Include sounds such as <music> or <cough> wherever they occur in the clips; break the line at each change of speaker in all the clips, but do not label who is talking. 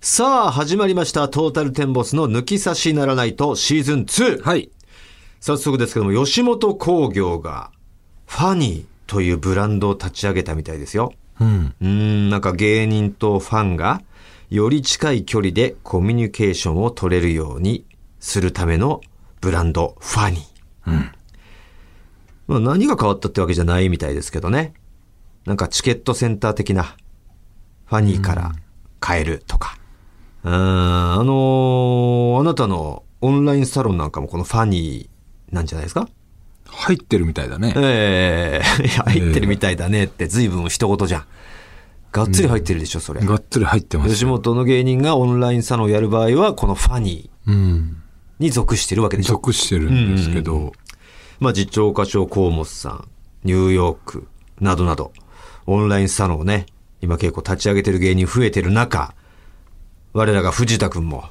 さあ、始まりました。トータルテンボスの抜き差しならないとシーズン2。
はい。
早速ですけども、吉本興業が、ファニーというブランドを立ち上げたみたいですよ。
うん。
うーん、なんか芸人とファンが、より近い距離でコミュニケーションを取れるようにするためのブランド、ファニー。まあ何が変わったってわけじゃないみたいですけどね。なんかチケットセンター的な、ファニーから買えるとか。うーん、あのーあなたのオンラインサロンなんかもこのファニーなんじゃないですか
入ってるみたいだね。
ええいや入ってるみたいだねって随分一言じゃん。がっつり入ってるでしょ、それ。
がっつり入ってます。
吉本の芸人がオンラインサロンをやる場合は、このファニー
うん。
に属してるわけでしょ。
属してるんですけど、
まあ、実長課長河本さん、ニューヨークなどなど、オンラインサロンをね、今結構立ち上げてる芸人増えてる中、我らが藤田くんも、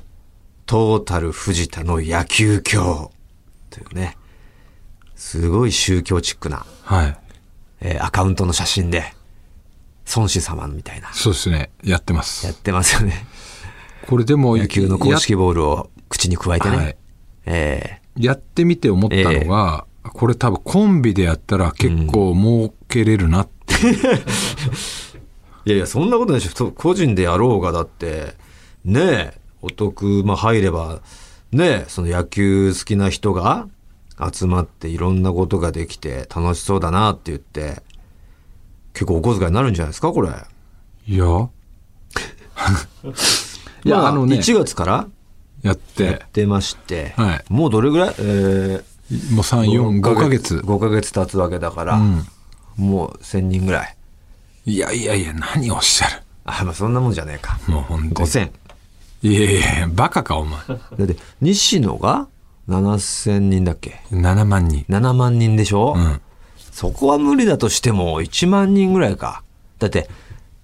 トータル藤田の野球教というね、すごい宗教チックな、
はい。
えーアカウントの写真で、孫子様みたいな、
そうですね。やってま
やっ
す。
てますよ <laughs> ね。
これでも、
野球の公式
や
ボールを口に加えてね。
はい
ええ
やってみて思ったのが、これ多分コンビでやったら結構儲けれるなって。
いやいや、そんなことないでしょそう。個人でやろうが、だって、ねえ、お得、まあ入れば、ねえ、その野球好きな人が集まっていろんなことができて楽しそうだなって言って、結構お小遣いになるんじゃないですか、これ。
いや。いや、
ま
あのね、
1月から
やって、
出まして、
はい
もうどれぐらいえー、
もう3、4、5ヶ月。
5ヶ月経つわけだから、
うん
もう1000人ぐらい。
いやいやいや、何をおっしゃる。
あ、まあそんなもんじゃねえか。
もう本当に。
5000。
いやいやいや、バカか、お前。
だって、西野が7000人だっけ
7万人。
7万人でしょ、
うん。
そこは無理だとしても1万人ぐらいか。だって、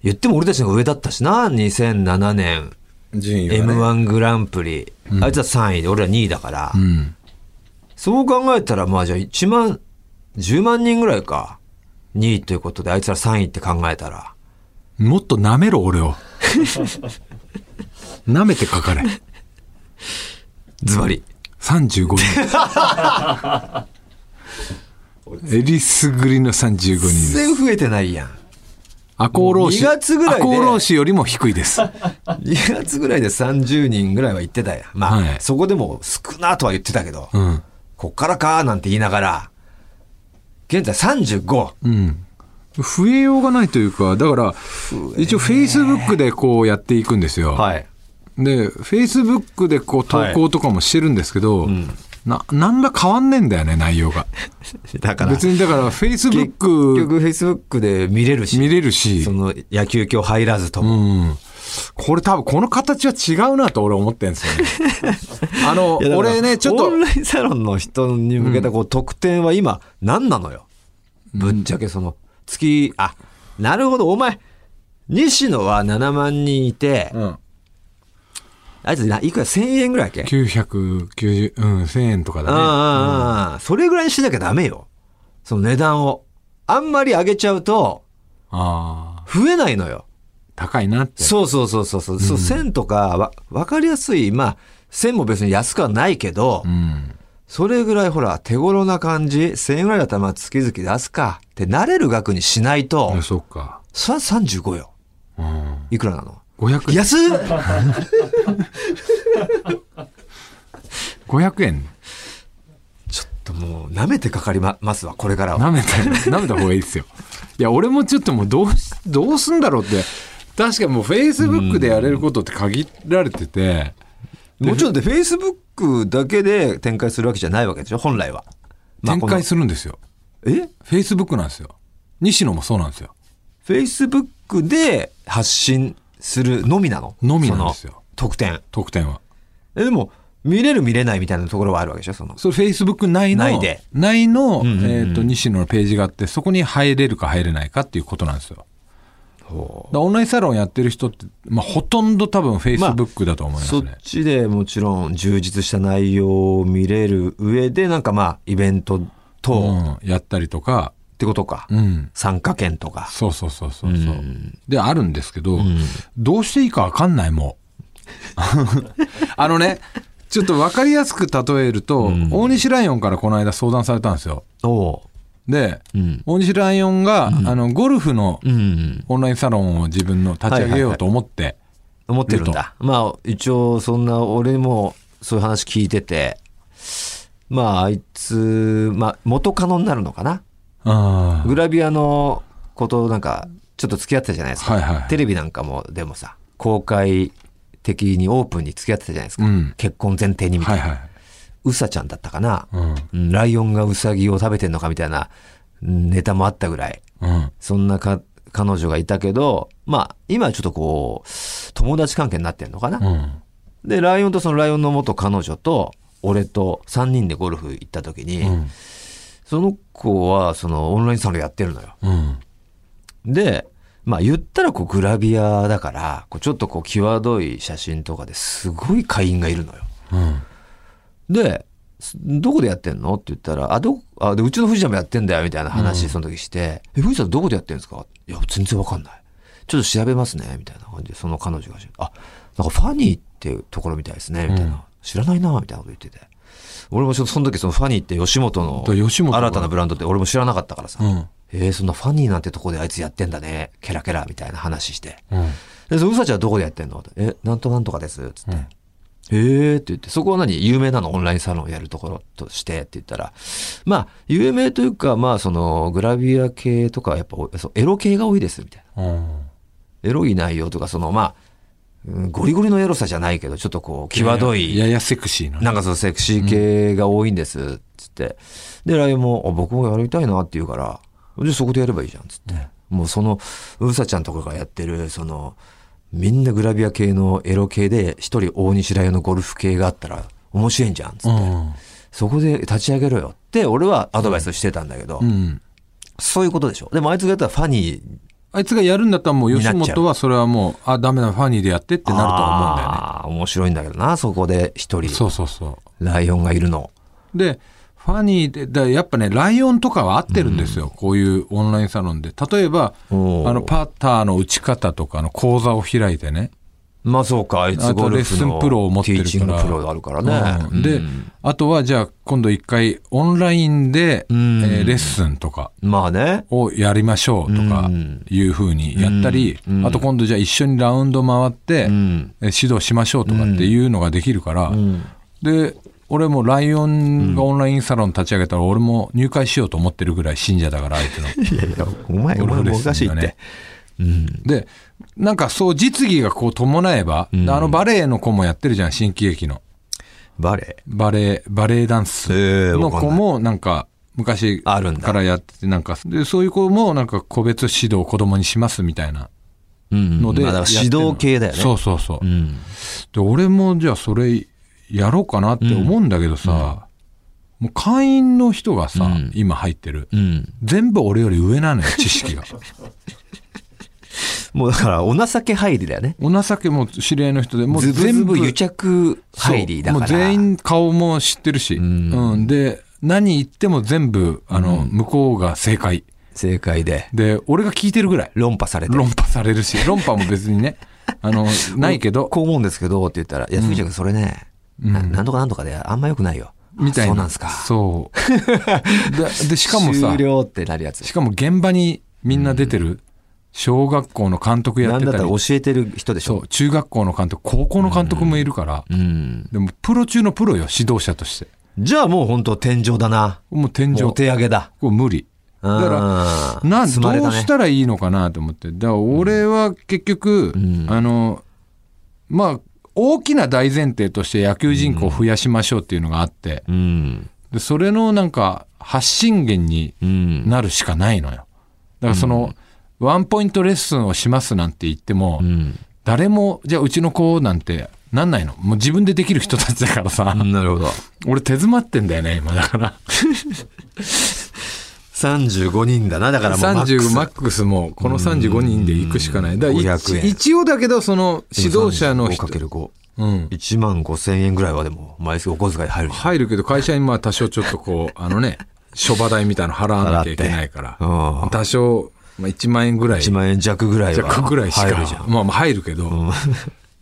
言っても俺たちの方が上だったしな、2007年、
順
M1 グランプリ。あいつは3位で、俺ら2位だから。
うん。
そう考えたら、まあじゃあ1万、10万人ぐらいか。2位ということで、あいつら3位って考えたら。
もっと舐めろ、俺を。 <laughs> 舐めてかかれ。
ズバリ。
35人。えりすぐりの35人です。
全然増えてないや <laughs> ん。
赤穂浪士。
もう二月ぐらいで
赤穂浪士よりも低いです。
2月ぐらいで30人ぐらいは行ってたやん。まあ、
はい
そこでも少なとは言ってたけど。
うん。
こっからかーなんて言いながら、現在35。
うん。増えようがないというか、だから、一応 Facebook でこうやっていくんですよ。
はい。
で、Facebook でこう投稿とかもしてるんですけど、な、なんら変わんねえんだよね、内容が。
<laughs> だから、
別にだから
結局
Facebook
Facebook で見れるし、
見れるし、
その野球教入らずとも。
うん。これ多分この形は違うなと俺思ってんで
<laughs>
すよね。あの、
いやだから
俺ね、ちょっと
オン、ラインサロンの人に向けたこう特典は今、何なのよ。ぶっちゃけその、月、あ、なるほど、お前、西野は7万人いて、
うん、
あいつないくら1000円ぐらいだっけ
990、うん、1000円とか
ああ
だね。
ああああ、それぐらいにしなきゃダメよ。その値段を。あんまり上げちゃうと、
ああ、
増えないのよ。
高いなって。
そうそうそうそうそう、そう1000とかわ分かりやすいまあ1000も別に安くはないけど、
うん。
それぐらいほら手頃な感じ1000円ぐらいだったらまあ月々出すかって慣れる額にしないと、
あそうか。
それは35よ
うん。
いくらなの
500円。
安っ
500円。
ちょっともう舐めてかかりまますわこれからは
舐め
<laughs>
た、舐めた方がいいですよ。いや、俺もちょっともうどうし、どうすんだろうって。確かもう Facebook でやれることって限られてて、
もちろんで Facebook だけで展開するわけじゃないわけでしょ本来は、まあ
展
この
開するんですよ。
え
Facebook なんですよ。西野もそうなんですよ。
Facebook で発信するのみなの
のみなんですよ
その特典
特典は。
えでも見れる見れないみたいなところはあるわけでしょその
それ Facebook 内の
内で
内
んう
の、
んうん
えー、と西野のページがあってそこに入れるか入れないかっていうことなんですよ。だからオンラインサロンやってる人って、まあ、ほとんど多分 Facebook だと思います
そ
ね。
っちでもちろん充実した内容を見れる上でなんかまあイベント等っ
うん、やったりとか、
てことか、
うん、
参加券とか
そうそうそうそうそう、であるんですけど、どうしていいか分かんないも <laughs> あのね、ちょっと分かりやすく例えると、
うん
大西ライオンからこの間相談されたんですよ。
おう。
で、
うん。
大西ライオンが、あの、ゴルフの
うん。
オンラインサロンを自分の立ち上げようと思って、
思ってるんだ。まあ、一応、そんな、俺も、そういう話聞いてて、まあ、あいつ、まあ、元カノになるのかな
あー
グラビアのことなんか、ちょっと付き合ってたじゃないですか。
はいはい
テレビなんかも、でもさ、公開的にオープンに付き合ってたじゃないですか。
うん
結婚前提にみたい
はい
な。
は
うさちゃんだったかな、
い。うん。
うんライオンがウサギを食べてんのかみたいなうんネタもあったぐらい。
うん。
そんなか、彼女がいたけど、まあ、今はちょっとこう、友達関係になってんのかな、
うん。
で、ライオンとそのライオンの元彼女と、俺と3人でゴルフ行った時に、
うん。
その子は、そのオンラインサロンやってるのよ。
うん。
で、まあ言ったらこうグラビアだから、こうちょっとこう際どい写真とかですごい会員がいるのよ。
うん。
で、すどこでやってんのって言ったら、あ、ど、あ、で、うちの藤田もやってんだよ、みたいな話、その時して、え、藤田どこでやってんですかいや、全然わかんない。ちょっと調べますね、みたいな感じで、その彼女が、あ、なんかファニーっていうところみたいですね、みたいな。知らないな、みたいなこと言ってて。俺もちょっとその時、そのファニーって吉本の
だ吉本が
新たなブランドって俺も知らなかったからさ、
うん。
えー、そんなファニーなんてとこであいつやってんだね、ケラケラ、みたいな話して。
うん。
で、そのうさちゃんはどこでやってんのってえ、なんとなんとかです。つって。えーって言って、そこは何有名なのオンラインサロンやるところとしてって言ったら、まあ、有名というか、まあ、その、グラビア系とか、やっぱ、そうエロ系が多いです、みたいな。
うん。
エロい内容とか、その、まあ、うんゴリゴリのエロさじゃないけど、ちょっとこう、際どい、
ややセクシーな。
なんかそのセクシー系が多いんです、つって。で、LINE も、あ僕もやりたいなって言うから、じゃあそこでやればいいじゃん、つって。もうその、うさちゃんとかがやってる、その、みんなグラビア系のエロ系で、一人大西ライオンのゴルフ系があったら、面白いんじゃん、つって。
うん。
そこで立ち上げろよって、俺はアドバイスしてたんだけど、
うん。
そういうことでしょ。でもあいつがやったらファニー
あいつがやるんだったらもう吉
になっちゃう
本はそれはもう、あ、ダメだ、ファニーでやってってなるとは思うんだよね。
あー面白いんだけどな、そこで一人、
そうそうそ
ライオンがいるの。
う。で、ファニーで、だやっぱね、ライオンとかは合ってるんですよ。こういうオンラインサロンで。例えば、あ
おー
の、パターの打ち方とかの講座を開いてね。
まあそうか、あいつ
あ
ゴ
とレ
ル
ッ
フ
ス
の
ンプロを持ってるから。
ティーチングプロがあるからね。
うんで、あとはじゃあ今度一回オンラインで、
ん
えーレッスンとか
まあね。
をやりましょうとか
うん
いうふうにやったり、
うん
あと今度じゃあ一緒にラウンド回って、
うん。
えー指導しましょうとかっていうのができるから、で、俺もライオンがオンラインサロン立ち上げたら俺も入会しようと思ってるぐらい信者だから相手の。
<laughs> いやいや、お前、お前もおかしいっ
ゴルフレッスンが
て
ね。
うん。
で、なんかそう実技がこう伴えば、
ん
あのバレエの子もやってるじゃん、新喜劇の。
バレエ。
バレエ、バレエダンス
ええ
の子もなんか昔
あるん
か
だ。
らやっててなんか、で、そういう子もなんか個別指導を子供にしますみたいな
うん
ので。
まあだから指導系だよね。
そうそうそ
う
う。
ん。
で、俺もじゃあそれやろうかなって思うんだけどさ、もう会員の人がさ、
うん
今入ってる。
うん。
全部俺より上なのよ、知識
<laughs>
が。
もうだから、お情け入りだよね。
お情けも知り合いの人で、もう
ずぶず
全部
ぶ癒着
そう
入りだから。
もう全。員顔も知ってるし、
ん
うん、で、何言っても全部、あの、向こうが正解。
正解で。
で、俺が聞いてるぐらい。
論破されて。
論破され
<laughs>
るし、論破も別にね、あの、ないけど、
こう思うんですけど、って言ったら、いや、藤田君、それね、ななんとかなんとかで、あんま良くないよ。
みたいな。
そうなんすか。
そう。で、でしかもさ
<laughs> 終、了ってなるやつ
し。かも現場にみんな出てる、小学校の監督や
な
っ
ん
て
だったたら
り
教、えてる人でし
そ
ょ。
う、中学校の監督、高校の監督もいるから、
うん。
でもプロ中のプロよ、指導者として。
じゃあもう本当天井だな。
もう天井、
もうお
こ
手上げだ。
れ無理。
だ
だ
か
な
積まれ
ど
た
う
ね
したらいいのかなと思って。だから俺は結局、
ん
あの、まあ、大きな大前提として野球人口を増やしましょうっていうのがあって、
うん。
でそれのなんか発信源に
うん。
なるしかないのよ。だからその、ワンポイントレッスンをしますなんて言っても、
うん。
誰も、じゃあうちの子なんてなんないのもう自分でできる人たちだからさ、
なるほど。
<laughs> 俺手詰まってんだよね、今だから。
35人だな。だからもうマック
35
ス。
マックスもうこの35人で行くしかない。だから
500円
一一応だけど、その指導者の人、
5×5。
うん、
1万5千円ぐらいはでも、毎月お小遣い入るじ
入るけど会社にまあ多少ちょっ
<laughs>
とこう、あのね、諸場代みたいなの払わなきゃいけないから
ゃ、ん。うん。
多少、まあ1万円ぐらい、
1万円弱ぐらいは。
弱ぐらいし
入るじゃ
か、
ん。
まあまあ入るけど、だか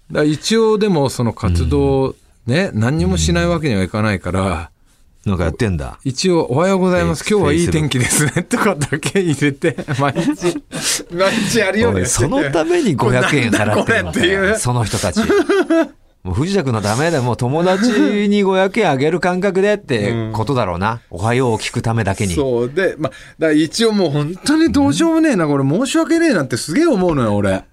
ら一応でもその活動ね、何にもしないわけにはいかないから、
なんかやってんだ。
一応おはようございます、今日はいい天気ですねとかだけ入
<laughs>
れて、毎日、毎日やるように
お
はい
そのために500円払ってるの
これなんだこれっていう
かその人
<laughs>
たち。もう藤田君のダメだよ。もう友達に500円あげる感覚でってことだろうな。おはようを聞くためだけに。
そうで、まあ、だから一応もう本当にどうしようもねえな、これ申し訳ねえなんてすげえ思うのよ、
<laughs>
俺。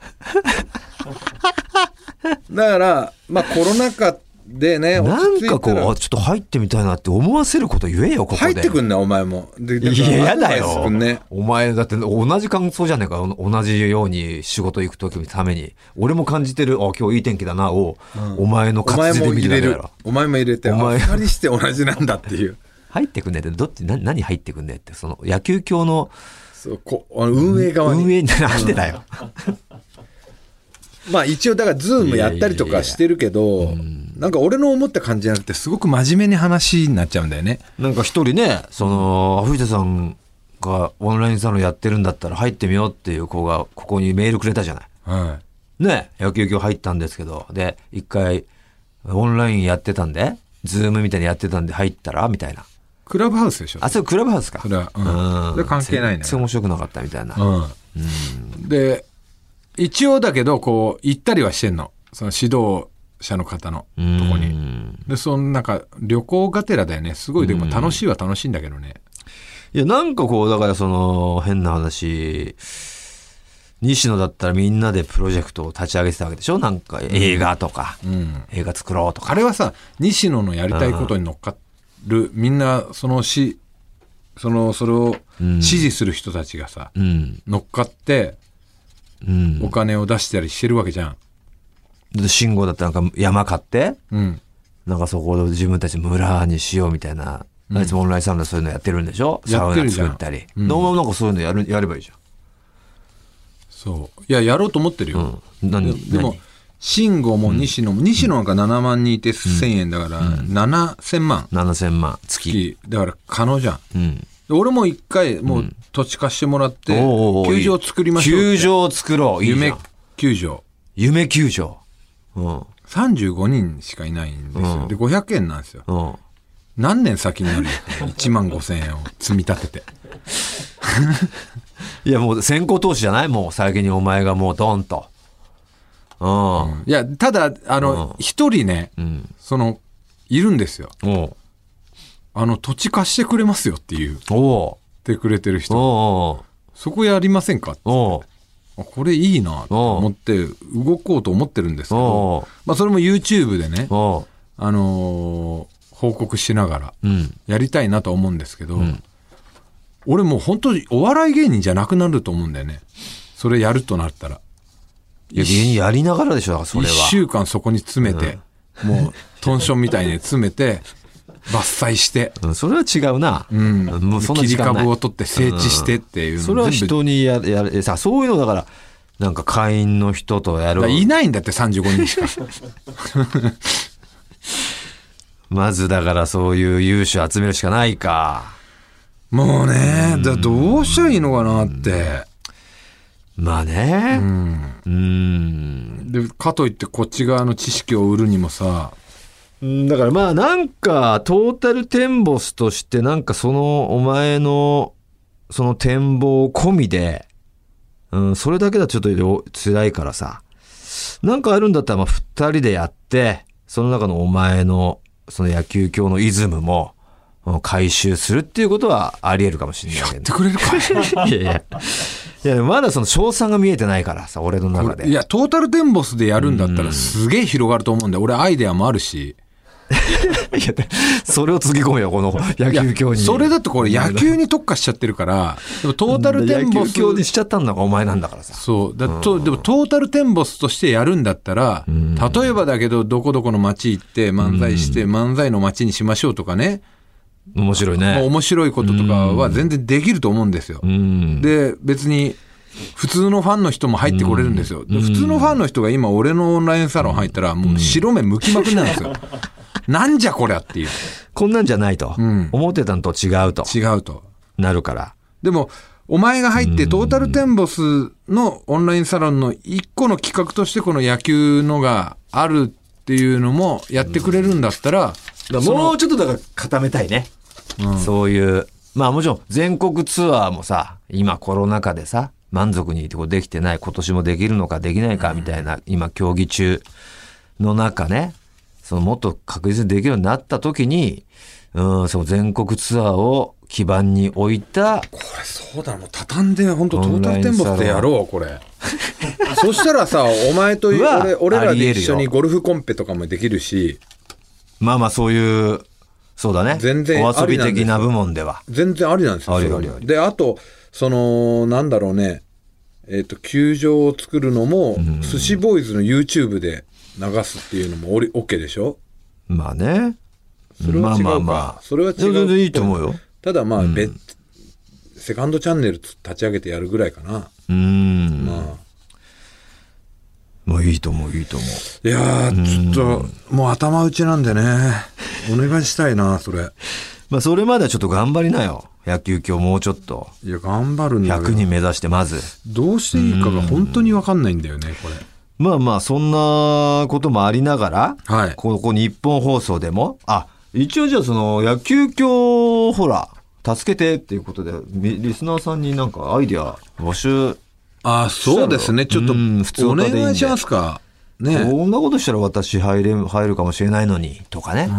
だから、まあコロナ禍でね、落
なん
ち着い
かこ
た
う、
ら
あちょっと入ってみたいなって思わせること言えよ、ここで。
入ってくんな、お前も。で
いや、やだ
アドバイス
よ
くんね。
お前、だって同じ感想じゃねえか。お同じように仕事行くときのために。俺も感じてる、あ、今日いい天気だな、を、お前の
お前
活字で
も
見て
入
た
れ
だ
る
ろ。。
お前も入れて、
お
お
前
前二人して同じなんだっていう。
入ってくんねえって、どっち、な何入ってくんねえって、その野球教の
そうこあの運営側に。
運営になんでだよ。
まあ一応だからズームやったりとかしてるけど、なんか俺の思った感じになってすごく真面目に話になっちゃうんだよね。
なんか一人ね、その、藤田さんがオンラインサロンやってるんだったら入ってみようっていう子が、ここにメールくれたじゃない。
は
ね、野球教入ったんですけど、で、一回、オンラインやってたんで、ズームみたいにやってたんで入ったらみたいな。
い。クラブハウスでしょ
あ、それクラブハウスか。
それはうんそれ関係ないね
全然面白くなかったみたいな。
うん。で、一応だけど、こう、行ったりはしてんの。その指導者の方のとこ
う
に。
ん
で、そのなんか旅行がてらだよね。すごい、でも楽しいは楽しいんだけどね。
いや、なんかこう、だからその、変な話、西野だったらみんなでプロジェクトを立ち上げてたわけでしょなんか映画とか、
うん。
映画作ろうと
あ
か。
れはさ、西野のやりたいことに乗っかる、みんな、そのし、その、それを支持する人たちがさ、
うん。
乗っかって、
うん。だ
お金を出したりしてるわけじゃん。
って慎吾だったらなんか山買って、
うん。
なんかそこを自分たち村にしようみたいな。あいつもオンラインサロンでそういうのやってるんでしょサ
やっ
ウ
て
ナ
るじゃ
作
ん
ったり。
うん
ノーマルなんかそういうのやる、やればいいじ
そう。いや、やろうと思ってる
ゃ
よ。
ん。うん。何
でも、慎吾も西野も、西野なんか7万人いて1000円だから、7000万
何 ?7000 万月。
だから可能じゃん。
うん。
で俺も一回、もう土地貸してもらって、
おうおうおう
球場作りましょうって。
球場を作ろう。いいじゃ
夢
ん
球場。
夢球場。うん。うん。
35人しかいないんですよ。で、500円なんですよ。何年先になるよ。1万5000円を積み立てて。
いや、もう先行投資じゃないもう最近にお前がもうドンと。うん。
いや、ただ、あの、一人ね、
うん。
その、いるんですよ。
おう
あの、土地貸してくれますよっていう、
お
ってくれてる
う
人。
おう
そこやりませんか
おう
あこれいいなと思って動こうと思ってるんですけ
おう
ど、まあ、それも YouTube でね、
おう
あのー報告しながら
うん。
やりたいなとは思うんですけど、俺もう本当にお笑い芸人じゃなくなると思うんだよねそれやるとなったら
いや、芸人やりながらでしょ、だからそ
1
れは。
週間そこに詰めて、もうトンションみたいに詰めて伐採して、
うん、それは違うな。う
うん、
もうそんな
切
時
り
間ない
株を取って整地してっていうの
それは
全部
人にや、やれ、さ、そういうのだから、なんか会員の人とや
だ
ろ
か
う
ら。いないんだって35人しか
まずだからそういう優秀集めるしかないか。
<laughs> もうねだからどうしたらいいのかなって。
まあね。うん。
でかといってこっち側の知識を売るにもさ
うんだからまあなんかトータルテンボスとしてなんかそのお前のその展望込みで、うん、それだけだとちょっと辛いからさ。なんかあるんだったらまあ二人でやって、その中のお前のその野球教のイズムも、うん回収するっていうことはあり得るかもしれないけ
やって
ど
くれるかい
ね。いやいや。いやでもまだその賞賛が見えてないからさ、俺の中で。
いやトータルテンボスでやるんだったらすげえ広がると思うんだよ俺アイデアもあるし
いやそれをつぎ込めよ、この野
いや
球教に。
それだとこれ野球に特化しちゃってるからでもトータルテンボス
野球教にしちゃったんだがお前なんだからさ。
そうだとでもトータルテンボスとしてやるんだったら例えばだけどどこどこの町行って漫才して漫才の町にしましょうとかね
面白い
まあ
ね。
面白いこととかは全然できると思うんですよ
うん。
で別に普通のファンの人も入ってこれるんですよ、で普通のファンの人が今俺のオンラインサロン入ったらもう白目むきまくりなん <laughs> ですよ、なんじゃこりゃっていう
こんなんじゃないと。
ん
思ってたんと違うと。
違うと
なるから。
でもお前が入ってトータルテンボスのオンラインサロンの一個の企画としてこの野球のがあるっていうのもやってくれるんだったら、
だからもうちょっとだから固めたいね。そういう。まあもちろん全国ツアーもさ、今コロナ禍でさ、満足にこうできてない、今年もできるのかできないかみたいな、今競技中の中ね、そのもっと確実にできるようになった時に、うん、その全国ツアーを基盤に置いた、
これそうだなもう畳んで本当トータルテンボスでやろうこ <laughs> れそしたらさお前という
うわ
俺俺ら
あり
で
える
一
よ
緒にゴルフコンペとかもできるし
まあまあそういう、そうだね。
全然
お遊び
ありなんです
的
よ
な部門では。
全然ありなんですよ
ありあり
それは
あり
であとそのなんだろうねえっ、と球場を作るのも寿司ボーイズの YouTube で流すっていうのもおり OK でしょ
まあね。
それは違う
ま
か、
あまあまあ
それは違う
いや全然いいと思うよ
ただまあ、別セカンドチャンネル立ち上げてやるぐらいかな、
うん。
まあ
まあいいと思う、いいと思う。
いやー、ちょっと、もう頭打ちなんでね。お願いしたいな、それ。
まあそれまではちょっと頑張りなよ。野球今日もうちょっと。
いや、頑張るんだけ
100
ど。
人目指してまず。
どうしていいかが本当にわかんないんだよね、これ。
まあまあそんなこともありながら、
はい
ここ日本放送でも、あ、一応じゃあその野球今日、ほら、助けてっていうことで、みリスナーさんになんかアイディア募集、
あー、そうですね。ちょっと、
うん普通
お
歌でいいんで
願いしますか。ね。
こんなことしたら私入れ、入るかもしれないのに、とかね。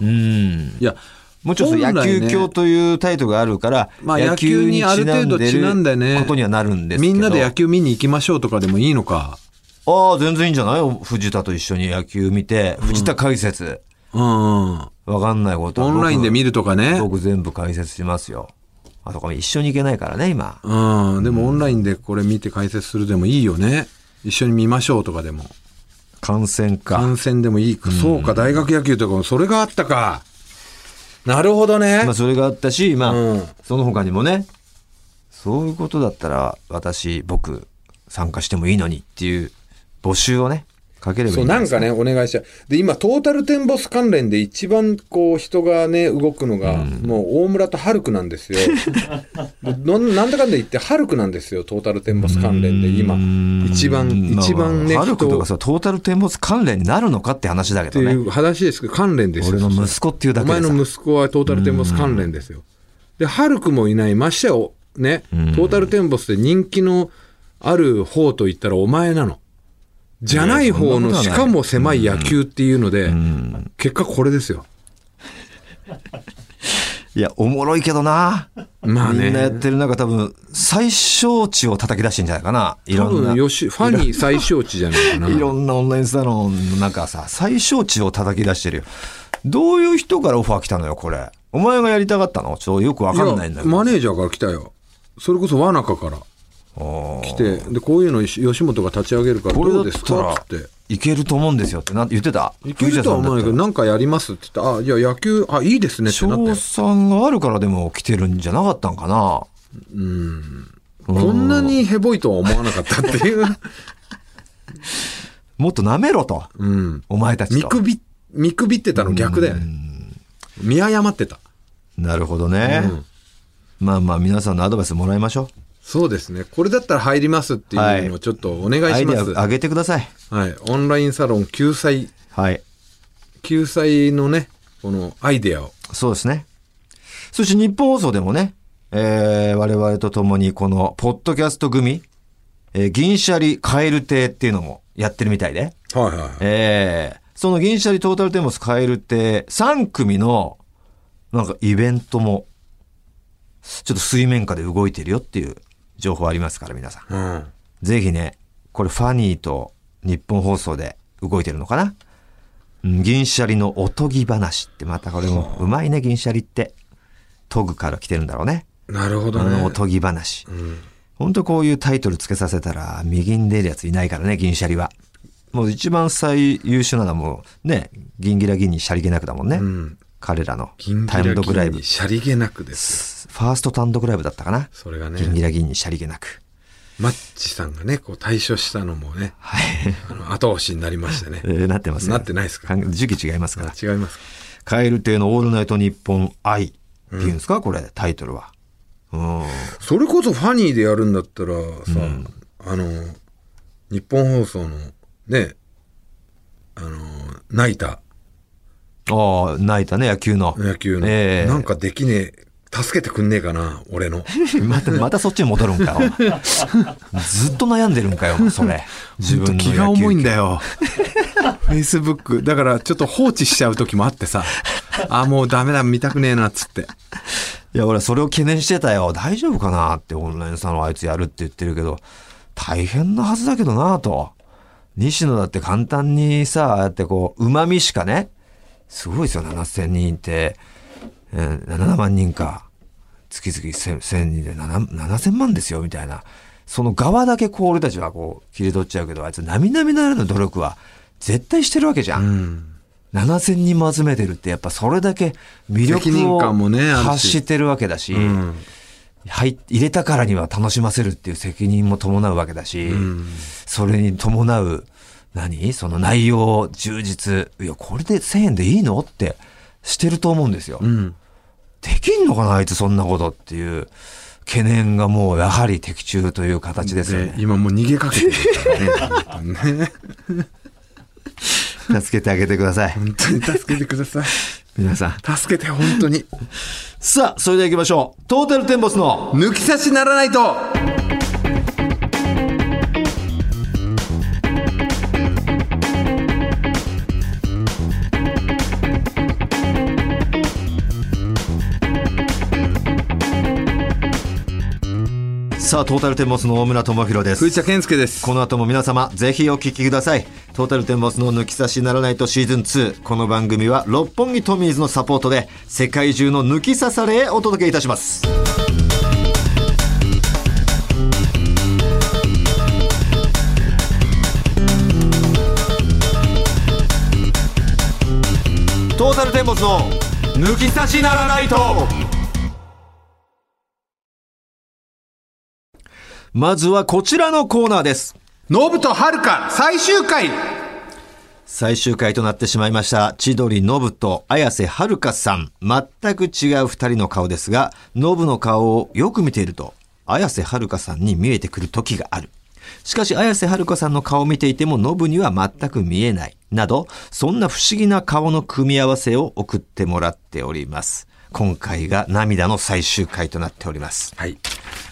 うん。
いや、
もうちょっと野球
本来
今日
ね
というタイトルがあるから、
まあ野球にある程度ちなんでね。
ことにはなるんですけど。
みんなで野球見に行きましょうとかでもいいのか。
ああ、全然いいんじゃない藤田と一緒に野球見て、藤田解説。
うん。オ
わかんないことは僕
ンラインで見るとかね。
僕全部解説しますよ。あとこれ一緒に行けないからね、今。
うん。でもオンラインでこれ見て解説するでもいいよね。一緒に見ましょうとかでも。
感染か。
観戦でもいいか、そうか、大学野球とかもそれがあったか。なるほどね
まあ。それがあったし、まあ、
うん
その他にもね、そういうことだったら私、僕、参加してもいいのにっていう募集をね、かければい
そ
い
うん
じゃ
な
ない
ん
ですか。
かね、お願いしちゃう。で、今、トータルテンボス関連で一番こう人がね、動くのが、もう大村とハルクなんですよ。 <laughs> でのなんだかんだ言って、ハルクなんですよ、トータルテンボス関連で、今、一番、一番ね、
ハルクと
人
かさ、トータルテンボス関連になるのかって話だけ
って
どね。
いう話ですけど、関連ですよ。
俺の息子っていうだ
お
け
前
でさ
の。息子はトータルテンボス関連ですよ。で、ハルクもいない、ましてやおね、トータルテンボスで人気のある方と言ったらお前なの。じゃない方
い
の、
やそんなことはない
しかも狭い野球っていうので、結果これですよ。
いや、おもろいけどな。
まあ
みんなやっ
ね。
てる中多分、最小値を叩き出してんじゃないかな。い
多
ろんな。
分
い
よし、ファンに最小値じゃ <laughs> ないかな。
ろんなオンラインサロンの中さ、最小値を叩き出してるよ。どういう人からオファー来たのよ、これ。お前がやりたかったのちょっとよくわかんないんだ
や
けど。
マネージャーから来たよ。それこそ和中から
おー
来て、で、こういうの吉吉本が立ち上げるから
こ
ど
れ
う
だ
で
っ
す
た
からっつって。、
いけると思うんですよってな言ってた。
いけるとは思わないけど、
藤
なんかやりますって言って、あ、いや、野球、あ、いいですねってなった
田さんだったら
よ。
賞賛があるからでも来てるんじゃなかったんかな。
こんなにヘボいとは思わなかったっていう。
もっと舐めろと。
<laughs> うん。
お前たち
見
と。
くび、見くびってたの逆だよね。見誤ってた。
なるほどね。まあまあ皆さんのアドバイスもらいましょう。
そうですね。これだったら入りますっていうのをちょっとお願い
ア
し
イデ
ま
ア
す。は
上げてください。
い、オンラインサロン救済、
はい。
救済のね、このアイデアを。
そうですね。そして日本放送でもね、えー、我々と共にこのポッドキャスト組、えー、銀シャリカエル亭っていうのもやってるみたいで、
はいはいはい。
えー、その銀シャリトータルテンボスカエル亭3組のなんかイベントもちょっと水面下で動いてるよっていう情報ありますから皆さん。
うん。
ぜひね、これファニーと日本放送で動いてるのかなうん銀シャリのおとぎ話ってまたこれもうまいね、銀シャリって。研ぐから来てるんだろうね。
なるほど
あのお
ね。
とぎ話。ほんとこういうタイトルつけさせたら右に出るやついないからね、銀シャリは。もう一番最優秀なのはもうね、銀ギラ銀にシャリゲなくだもんね。
うん。
彼らの
銀ギ
単
ラ
独ライ
銀
ブ
に。シャリげなくですよ。
ファースト単独ライブだったかな。
それがね、
銀ギラ銀にシャリゲなく。
マッチさんがね、こう対処したのもね、
はい。
あの後押しになりましたね
え。ーなってますよ
なってないですか
かん時期違いますから。
違いますか
カエル亭のオールナイトニッポン愛っていうんですか、これ、タイトルは。うん。
それこそファニーでやるんだったらさ、あの、日本放送の、ね、あの、泣いた
ああ、泣いたね、野球の。
野球の、
ええ
なんかできねえ、助けてくんねえかな、俺の。
<laughs> また、またそっちに戻るんかよ。ずっと悩んでるんかよ、それ。
<laughs>
自
本当
分の野球
気が重いんだよ。Facebook。だからちょっと放置しちゃう時もあってさ。あ、もうダメだ、見たくねえな、っつって。
いや、俺それを懸念してたよ。大丈夫かなって、オンラインサロンあいつやるって言ってるけど、大変なはずだけどなと。西野だって簡単にさ、ああやってこう、旨味しかね、すごいですよ、7000人って、うん、7万人か。月々 1000, 1000人で7 7000万ですよ、みたいな。その側だけこう、俺たちはこう、切り取っちゃうけど、あいつ並々ならぬ努力は、絶対してるわけじゃん。7000人も集めてるって、やっぱそれだけ魅力を
責任感もねあるし
発してるわけだし、入入れたからには楽しませるっていう責任も伴うわけだし、それに伴う、何その内容を充実。いや、これで1000円でいいのってしてると思うんですよ。
うん。
できんのかなあいつそんなことっていう懸念がもうやはり的中という形ですよ
で、
ね。
今もう逃げかけてるからね。本当にね
助けてあげてください。
本当に助けてください。
皆さん。
助けて、本当に。
さあ、それでは行きましょう。トータルテンボスの
抜き差しならないと
さあ、トータルテンボスの大村智弘です
藤。田健介です。
この後も皆様、ぜひお聞きください。トータルテンボスの抜き差しならないとシーズン2。この番組は六本木トミーズのサポートで、世界中の抜き差されへお届けいたします。トータルテンボスの抜き差しならないとまずはこちらのコーナーです。
ノブと遥か最終回
最終回となってしまいました千鳥ノブと綾瀬はるかさん全く違う二人の顔ですがノブの顔をよく見ていると綾瀬はるかさんに見えてくる時があるしかし綾瀬はるかさんの顔を見ていてもノブには全く見えないなどそんな不思議な顔の組み合わせを送ってもらっております今回が涙の最終回となっております
はい。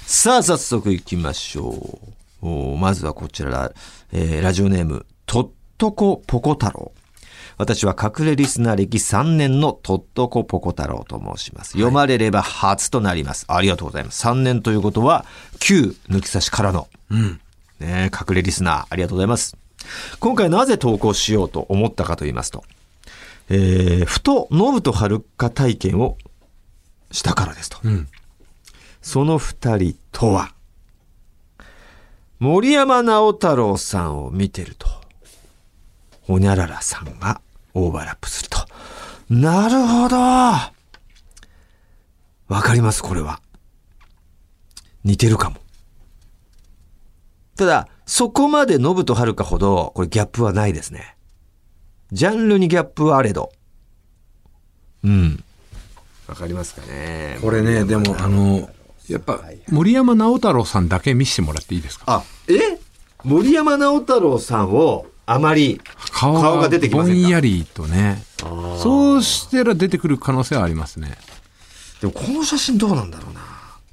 さあ、早速行きましょう。おーまずはこちら、えーラジオネーム、とっとこぽこ太郎。私は隠れリスナー歴3年のとっとこぽこ太郎と申します。読まれれば初となります。ありがとうございます。3年ということは、旧抜き差しからの、ねえ隠れリスナー、ありがとうございます。今回なぜ投稿しようと思ったかと言いますと、えーふと、ノブとはるか体験をしたからですと。その二人とは、森山直太朗さんを見てると、ほにゃららさんがオーバーラップすると。なるほどわかります、これは。似てるかも。ただ、そこまでノブとはるかほど、これギャップはないですね。ジャンルにギャップはあれど。うん。わかりますかね。
これね、でも、あの、
やっぱ、森山直太朗さんだけ見せてもらっていいですか
あ、え森山直太朗さんをあまり
顔が
顔が出てきませんか
ぼんやりとね。そうしたら出てくる可能性はありますね。
でもこの写真どうなんだろうな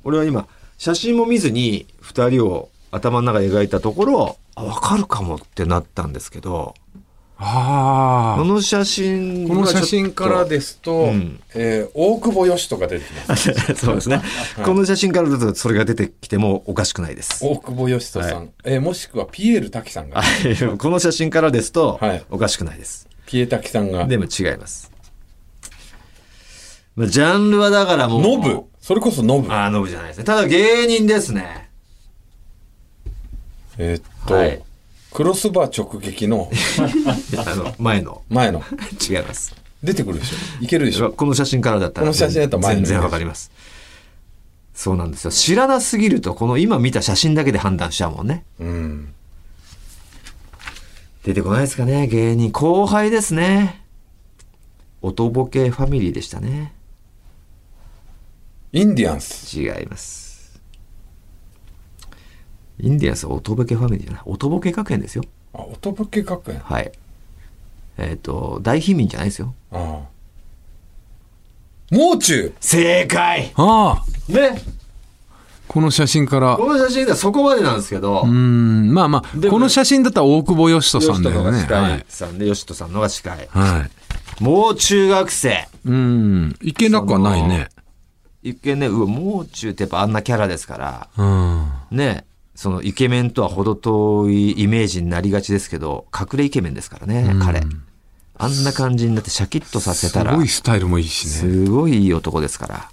俺は今写真も見ずに2人を頭の中で描いたところあ分かるかもってなったんですけどこ
あ
の写真
この写真
から
で
ですと、
うん
えー大久保嘉人が出てきます。
<laughs> そうですね、この写真からだとそれが出てきてもおかしくないです
大久保嘉人さん、えーもしくはピエール滝さんが、
<laughs> この写真からですと
はい
おかしくないです、
ピエ滝さんが、
でも違いますまあジャンルはだからもう
ノブ、それこそノブ。
あーノブじゃないですねただ芸人ですね
えーっと、
はい
クロスバー直撃の
あ
<laughs>
の前の
前の、
違います
出てくるでしょ。いけるでしょ。
この写真からだったら
この写真だったら前の
全然わかりますそうなんですよ知らなすぎるとこの今見た写真だけで判断しちゃうもんね
うん。
出てこないですかね芸人後輩ですねおとぼけファミリーでしたね
インディアンス。
違います。インディアンスはおとぼけファミリーじゃない。おとぼけ学園ですよ。
あ、音武家学園。あ
はい。えっ、と、大貧民じゃないですよ。
あ。もう中
正解
ああ、
ね
この写真から。
この写真ではそこまでなんですけど、
うーん、まあまあ、
でも
この写真だったら大久保嘉人さんだよね。
吉田の方が
は
近い
い。
さんで、吉人さんのが近い。
はい。
もう中学生。
うん、いけなくはないね。
一見ね、うわ、もう中ってやっぱあんなキャラですから、
うん。
ね、そのイケメンとは程遠いイメージになりがちですけど、隠れイケメンですからね、彼。あんな感じになってシャキッとさせたら
すごい、スタイルもいいしね。
すごいいい男ですから。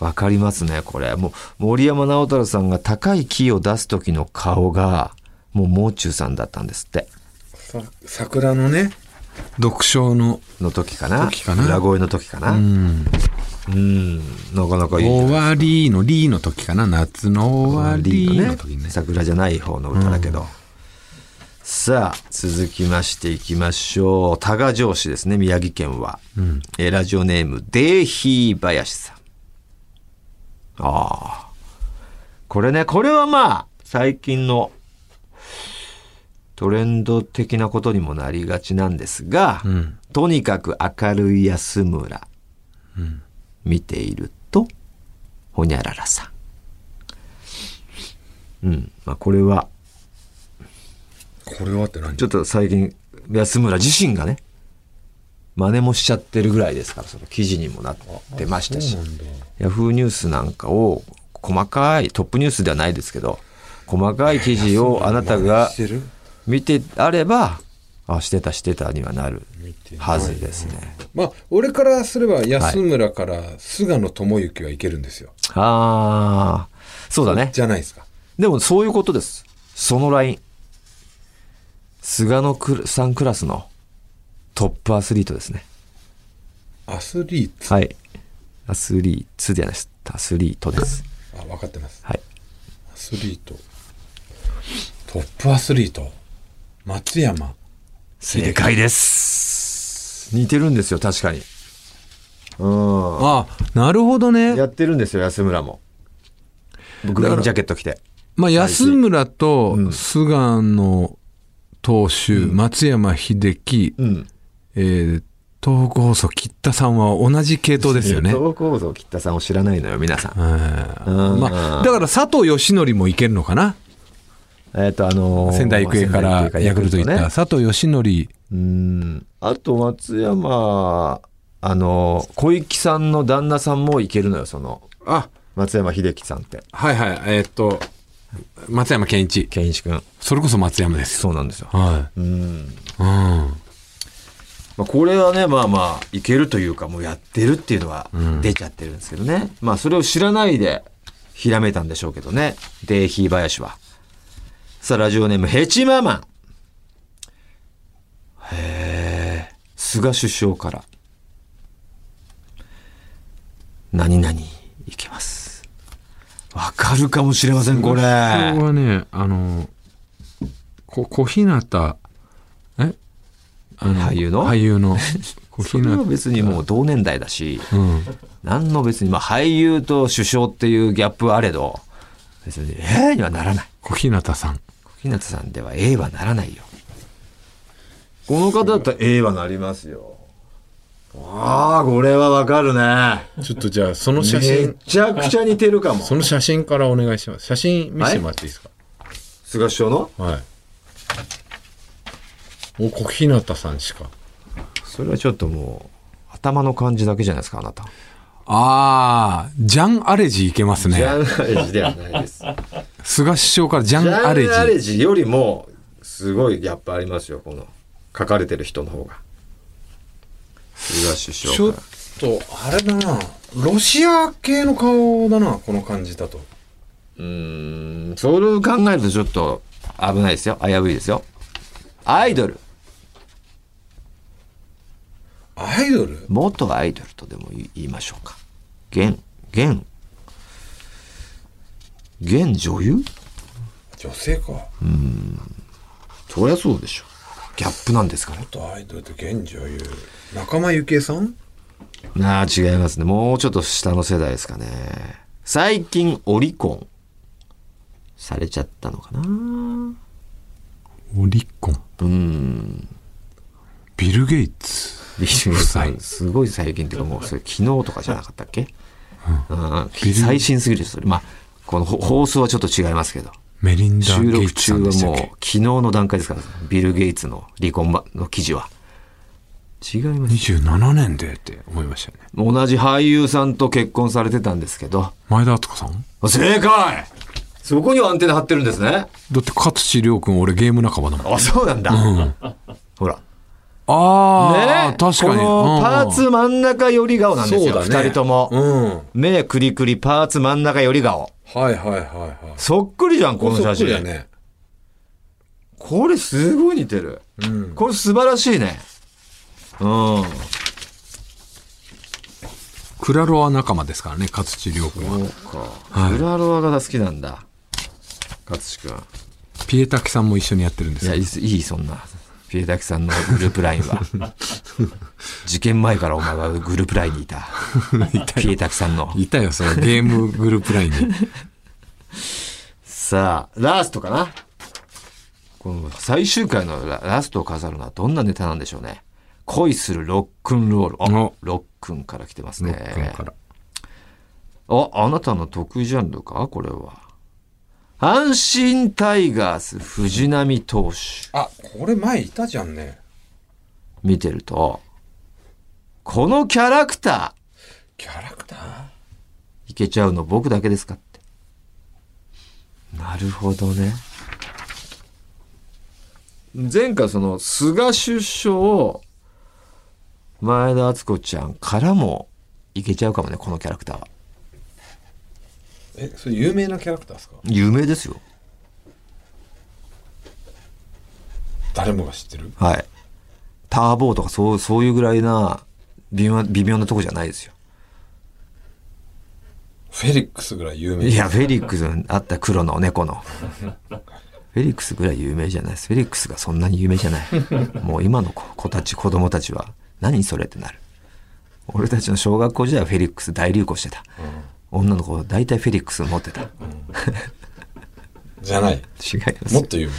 わかりますね、これ。もう、森山直太朗さんが高いキーを出す時の顔が、もう、もう中さんだったんですって。
さ桜のね。
読書の。
の時かな。
時かな
裏声の時かな。
うん。
うん、なかなかいい。
終わりの、リーの時かな。夏の終わりの時ね。
桜じゃない方の歌だけど。さあ、続きましていきましょう。多賀城市ですね、宮城県は。えーラジオネーム、デーヒー林さん。ああ。これね、これはまあ、最近のトレンド的なことにもなりがちなんですが、
ん
とにかく明るい安村。見ていると、ほにゃららさん。うん。まあ、これは、
これはって何
ちょっと最近、安村自身がね、真似もしちゃってるぐらいですから、その記事にもなってましたし、ヤフーニュースなんかを、細かい、トップニュースではないですけど、細かい記事をあなたが
してる
見てあれば、あ、してたしてたにはなるはずですね。
まあ、俺からすれば安村から菅野智之はいけるんですよ。
ああ、そうだね。
じゃないですか。
でもそういうことです。そのライン。菅野くるさんクラスのトップアスリートですね。
アスリート。
はい。アスリートじゃないです。アスリートです。
あ、分かってます。
はい。
アスリート。トップアスリート。松山。
正解です。似てるんですよ、確かに。う
あ、なるほど
ん。や
ね。
ってるんですよ、安村も。グリーンジャケット着て。
まあ、安村
う
と
ん
菅野投手、松山英樹、
うん。
えー東北放送、吉田さんは同じ系統ですよね。
東構造吉田さんを知らないのよ、皆さん。
うん
うん
まあ、だから佐藤義則もいけるのかな
えっ、と、あのー
仙台育英から
仙台育英
ヤクルト行った
ね
佐藤義則、
うん。あと、松山、あの、小池さんの旦那さんもいけるのよ、その、
あ
松山秀樹さんって。
はいはいえーっと松山健一
健一君。
それこそ松山です
そうなんですよ。
は
うん。
い、うん、
まあ、これはね、まあまあ、いけるというか、もうやってるっていうのは出ちゃってるんですけどね。まあ、それを知らないで、ひらめいたんでしょうけどね。で、ひばやしは。さあ、ラジオネーム、ヘチママン。へえ、菅首相から。何々、いけます。わかるかもしれません、 <laughs> これ。
これはねあのこ小日向えあ
俳優の
俳優
<laughs>
の小
それは別にもう同年代だし。
うん
何の別に、まあ、俳優と首相っていうギャップはあれど、別に、えーにはならない。
小日向さん
小日向さんでは、ええはならないよ。この方だったら、ええはなりますよ。ああ、これはわかるね。
ちょっとじゃあ、その
め
写真、
ちゃくちゃ似てるかも。
その写真からお願いします。写真見せてもらっていいですか
菅首相の
はい。お、小日向さんしか。
それはちょっともう、頭の感じだけじゃないですか、あなた。
ああジャン・アレジいけます
ジ
ね
ャンアレジではないです。ジ
菅首相からジャン・
ャ
アレジ
ンアレジよりも、すごいギャップありますよ、この、書かれてる人の方が。菅首相
ちょっ
から。
と、あれだな。ロシア系の顔だな、この感じだと。
うーん、それを考えるとちょっと危ないですよ。危ういですよ。アイドル。
アイドル
元アイドルとでも言い言いましょうか。現、現、現女優
女性か。
そりゃそうでしょ。ギャップなんですから。
元アイドルと現女優。仲間由紀恵さん
なあ、違いますね。もうちょっと下の世代ですかね。最近、オリコン、されちゃったのかな
オリコン。
うん。
ビル・ゲイツ。
ビル
夫
さん、
妻
すごい最近っていうかもう、それ昨日とかじゃなかったっけ、うん、
ビル
最新すぎるよそれ。まあ、このほ放送はちょっと違いますけど。
メリンダ・
収
ゲイ
録
ツ
中
さ
は
ん
もう
でしたっけ
昨日の段階ですから、ビル・ゲイツの離婚ばの記事は。違います。
27年でって思いましたよね。
同じ俳優さんと結婚されてたんですけど。
前田敦子さん
正解そこにはアンテナ張ってるんですね。
だって勝地涼君俺ゲーム仲間だもん。あ
あ、そうなんだ。ほら。
あー、
ねえ
確かに。
このパー
うん
ツ真ん中寄り顔なんですよ。
そうだ
二
ね
人とも。
うん。
目くりくりパーツ真ん中寄り顔。
はいはいはいはい。
そっくりじゃん、この写
そっくりだ
真。
ね。
これすごい似てる。
うん。
これ素晴らしいね。うん。
クラロワ仲間ですからね、勝地涼君は。
そうか。
い
グラロワが好きなんだ。勝志くん。
ピエタキさんも一緒にやってるんで
い
す
や、
よ
い。い、いいそんな。ピエタキさんのグループラインは。事件前からお前はグループラインにいた。ピエタキさんの。
いたよ、そのゲームグループライン
<laughs>
に。
さあ、ラストかなこの最終回のララストを飾るのはどんなネタなんでしょうね。恋するロックンロール。あ
お
ロックンから来てます
ロ
ね。
ックンから。
あ、あなたの得意ジャンルかこれは。阪神タイガース藤浪投手
あ、これ前いたじゃんね。
見てると、このキャラクタ
キャラクター
ーいけちゃうの僕だけですかって。なるほどね。前回その菅首相、前田敦子ちゃんからもいけちゃうかもね、このキャラクターは。
え、それ有名なキャラクターですか
有名ですよ。
誰もが知ってる
はい。ターボーとかそう、そういうぐらいな微妙、微妙なとこじゃないですよ。
フェリックスぐらい有名。
いや、フェリックスにあった黒の猫の。フェリックスぐらい有名じゃないです。フェリックスがそんなに有名じゃない。もう今の子子たち、子供たちは、何それってなる。俺たちの小学校時代はフェリックス大流行してた。女の子、大体フェリックス持ってた。違い
じゃない。
ま
もっ
す。
と有名。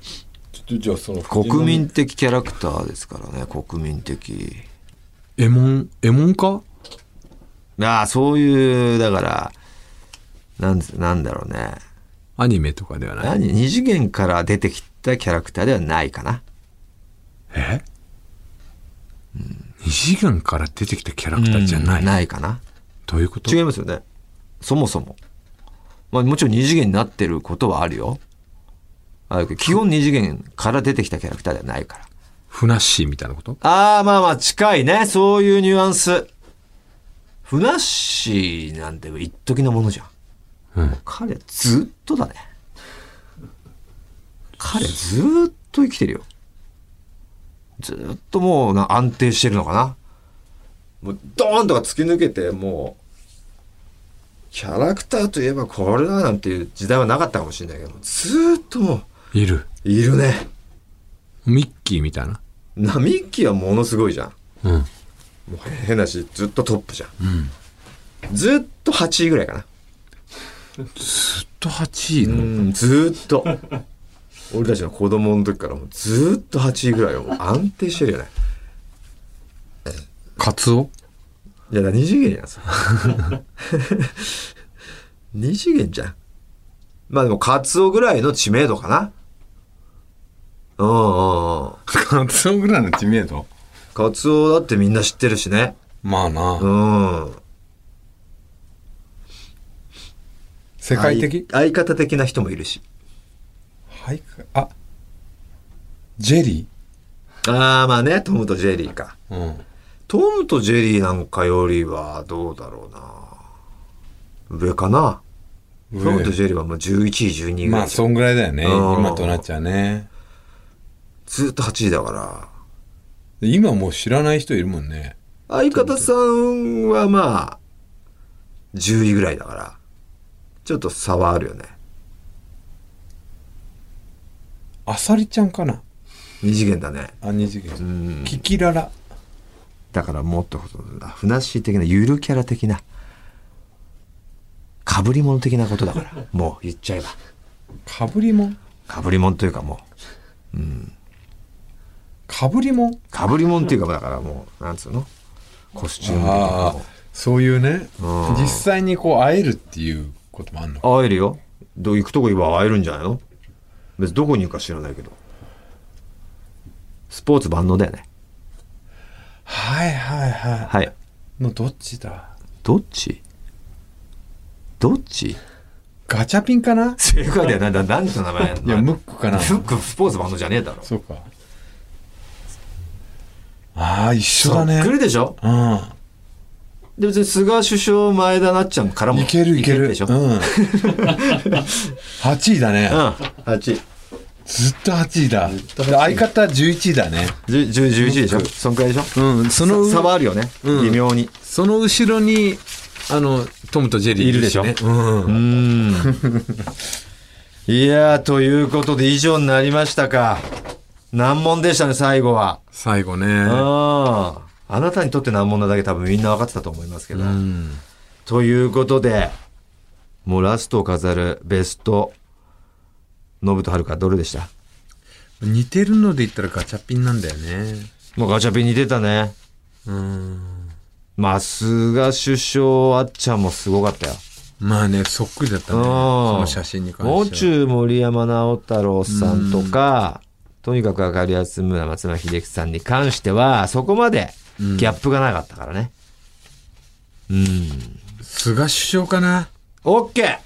ちょっとじゃあその
国民的キャラクターですからね、国民的。
エモン、エモンか
ああ、そういう、だから、なんつ、なんだろうね。
アニメとかではない。
何二次元から出てきたキャラクターではないかな。
え二次元から出てきたキャラクターじゃない。
ないかな。
どういうこと
違いますよね。そもそも。まあもちろん二次元になってることはあるよ。あるけど、基本二次元から出てきたキャラクターではないから。
ふなっしーみたいなこと
ああ、まあまあ近いね。そういうニュアンス。ふなっしーなんて一時のものじゃん。
うん。
彼ずっとだね。彼ずっと生きてるよ。ずっともうな安定してるのかな。もうドーンとか突き抜けてもう、キャラクターといえばこれだなんていう時代はなかったかもしれないけど、ずっとも
いる。
う、いるね。
ミッキーみたいな。
な、ミッキーはものすごいじゃん。
うん。
もう変なし、ずっとトップじゃん。ずっと8位ぐらいかな。
ずっと8位
う
の。
ん、ずーっと。 <laughs> 俺たちの子供の時からもうずーっと8位ぐらいを安定してるよね。
カツオ
いや、だ2次元やん、それ。2次元じゃん。まあでも、カツオぐらいの知名度かな。うんうんうん。
カツオぐらいの知名度
カツオだってみんな知ってるしね。
まあな。
うん。
世界的
相相方的な人もいるし。
はい。あ、ジェリ
ああ、まあね、トムとジェリーか。
ーうん。
トムとジェリーなんかよりはどうだろうな。上かな。
上
トムとジェリーはもう11位、12位ぐらい。
まあ、そんぐらいだよね。
うん
今となっちゃうね。
ずっと8位だから。
で今もう知らない人いるもんね。
相方さんはまあ、10位ぐらいだから、ちょっと差はあるよね。
あさりちゃんかな
二次元だね。
あ、二次元。
うん。
キキララ。
だからもっとそんなふなっしー的なゆるキャラ的なかぶり物的なことだからもう言っちゃえば
かぶりもん
かぶり物というかも
かぶりもん
うかぶり物っていうかだからもうなんつうのコスチューム的
ああ
な
そういうね
うん
実際にこう会えるっていうこともあるのか
もう会えるよど行くとこ言えば会えるんじゃないの別にどこに行くか知らないけどスポーツ万能だよね
はいはいはい、
はい
のどっちだ
どっちどっち
ガチャピンかな
正解だよ <laughs> なななんて名前
いやムック
<laughs>
かな
ムックスポーツバンドじゃねえだろ
そうかああ一緒だね
来るでしょ
う
で別に菅首相前田なっちゃんからも
んいけるいける
でしょ、
うん
<laughs>
8位だね、
8
ずっと8位だ相方11位だね
11でしょそんくらいでしょ、
うん、その
さ差はあるよね、
うん
微妙に
その後ろに、あの、トムとジェリー
いるでしょ
ねうん。
うーんいやーということで以上になりましたか難問でしたね最後は
最後ね。
あああなたにとって難問なだけ多分みんな分かってたと思いますけど、
うん。
ということで、もうラストを飾るベスト、ノブとはるかどれでした
似てるので言ったらガチャピンなんだよね。
もうガチャピンに出たね。
うん。
まあ、菅首相、あっちゃんもすごかったよ。
まあね、そっくりだったね。その写真に関しては。
もう中森山直太朗さんとか、とにかく明るい安村松村秀樹さんに関しては、そこまでギャップがなかったからね。うん
菅首相かな。
オッケー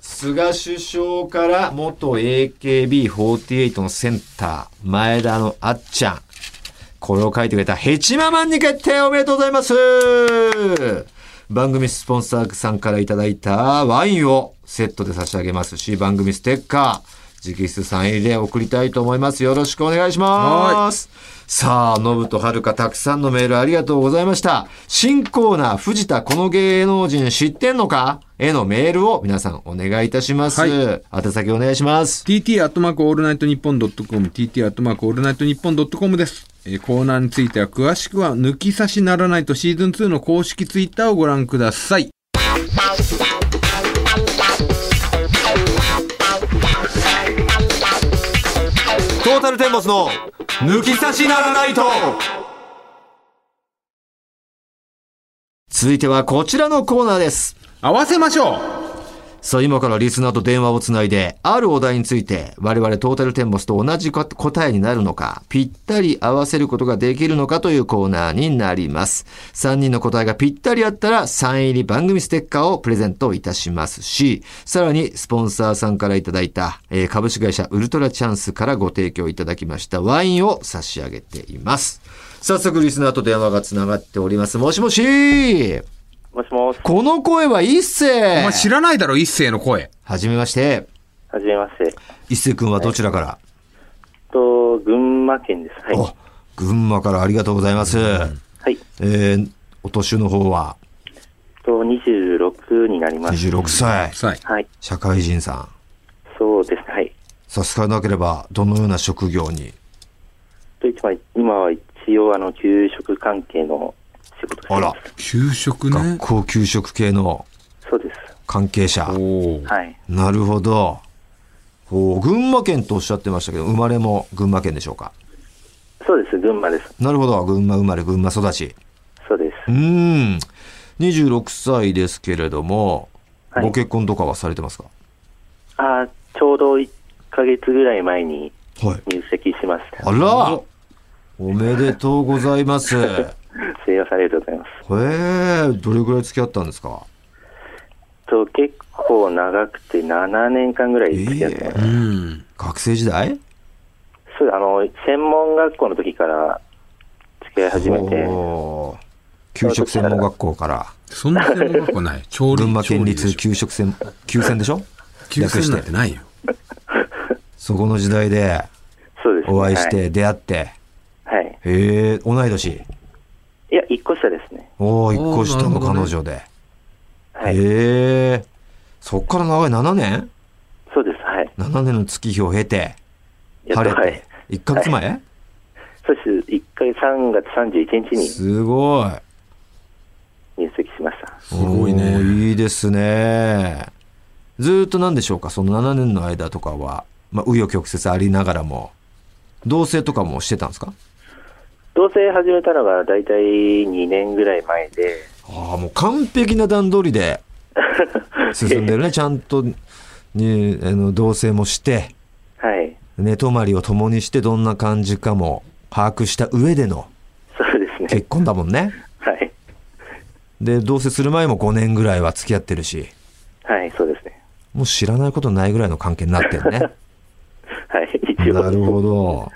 菅首相から元 AKB48 のセンター、前田のあっちゃん。これを書いてくれたヘチママンに決定おめでとうございます番組スポンサーさんからいただいたワインをセットで差し上げますし、番組ステッカー、直筆サイン入りで送りたいと思います。よろしくお願いします。さあ、ノブとはるかたくさんのメールありがとうございました。新コーナー、藤田この芸能人知ってんのかへのメールを皆さんお願いいたします。宛先お願いします。
TT アットマークオールナイトニッポンドットコム、TT アットマークオールナイトニッポンドットコムです。えーコーナーについては詳しくは、抜き差しならないとシーズン2の公式ツイッターをご覧ください。
トータルテンボスの抜き差しならないと続いてはこちらのコーナーです。
合わせましょう
さあ、今からリスナーと電話をつないで、あるお題について、我々トータルテンボスと同じこ答えになるのか、ぴったり合わせることができるのかというコーナーになります。3人の答えがぴったりあったら、サイン入り番組ステッカーをプレゼントいたしますし、さらに、スポンサーさんからいただいた、えー株式会社ウルトラチャンスからご提供いただきましたワインを差し上げています。早速、リスナーと電話がつながっております。もしもし
もしもし、
この声は一
お
世
前知らないだろ、一世の声。
はじめまして。
はじめまして。
一星君はどちらから、
と、群馬県です。はい。
お群馬からありがとうございます。
はい。
えー、お年の方は
と、26になります。
26歳、
さい。
はい。
社会人さん。
そうですね。はい。
さすがなければ、どのような職業に
と、一番、今は一応、あの、給食関係の仕事です。
あら、
給食
学
ね。
校給食系の
そうです。
関係者。
おー
はい。
なるほど。こう群馬県とおっしゃってましたけど、生まれも群馬県でしょうか。
そうです。群馬です。
なるほど。群馬生まれ、群馬育ち。
そうです。
うーん。26歳ですけれども、
はい
ご結婚とかはされてますか
あーちょうど1ヶ月ぐらい前に
はい。
入籍しました。
あらおめでとうございます。 <laughs> へ
すいません。ありがとうございます。
え、どれぐらい付き合ったんですか
と、結構長くて7年間ぐらい付き合ってます。
ええ
うん。
学生時代
そう、あの、専門学校の時から付き合い始めて、
おー給食専門学校から、
そんな専門学校ない。調理
<laughs> 群馬県立
給
給食専、給専でしょ
給
略
食
し
なん
て
て。ないよ。
そこの時代で
そうです、ね。
お会いして、出会って。
はい。はい。
へえ、同い年。
いや、一個下ですね。
おお、一
おー
個下の
なるほど
彼
ね
女で。
はい。
へえ、そっから長い7年
そうです。はい。
?7 年の月日を経て、
やっ
晴
と
れ
はい
て。。1ヶ月前
そそうです。1回3月31日に
すごい。
入籍しました。
すごいね。いいですね。ずーっと何でしょうか、その7年の間とかは、まあ、紆余曲折ありながらも、同棲とかもしてたんですか
同棲始めたのが大体2年ぐらい前で、
ああ、もう完璧な段取りで <laughs> 進んでるね。ちゃんとに、あの、同棲もして、
はい。
寝泊まりを共にしてどんな感じかも把握した上での
そうですね
結。婚だもんね。
はい。
で、同棲する前も5年ぐらいは付き合ってるし、
はい、そうですね。
もう知らないことないぐらいの関係になってるね。
はい、一応。
なるほど。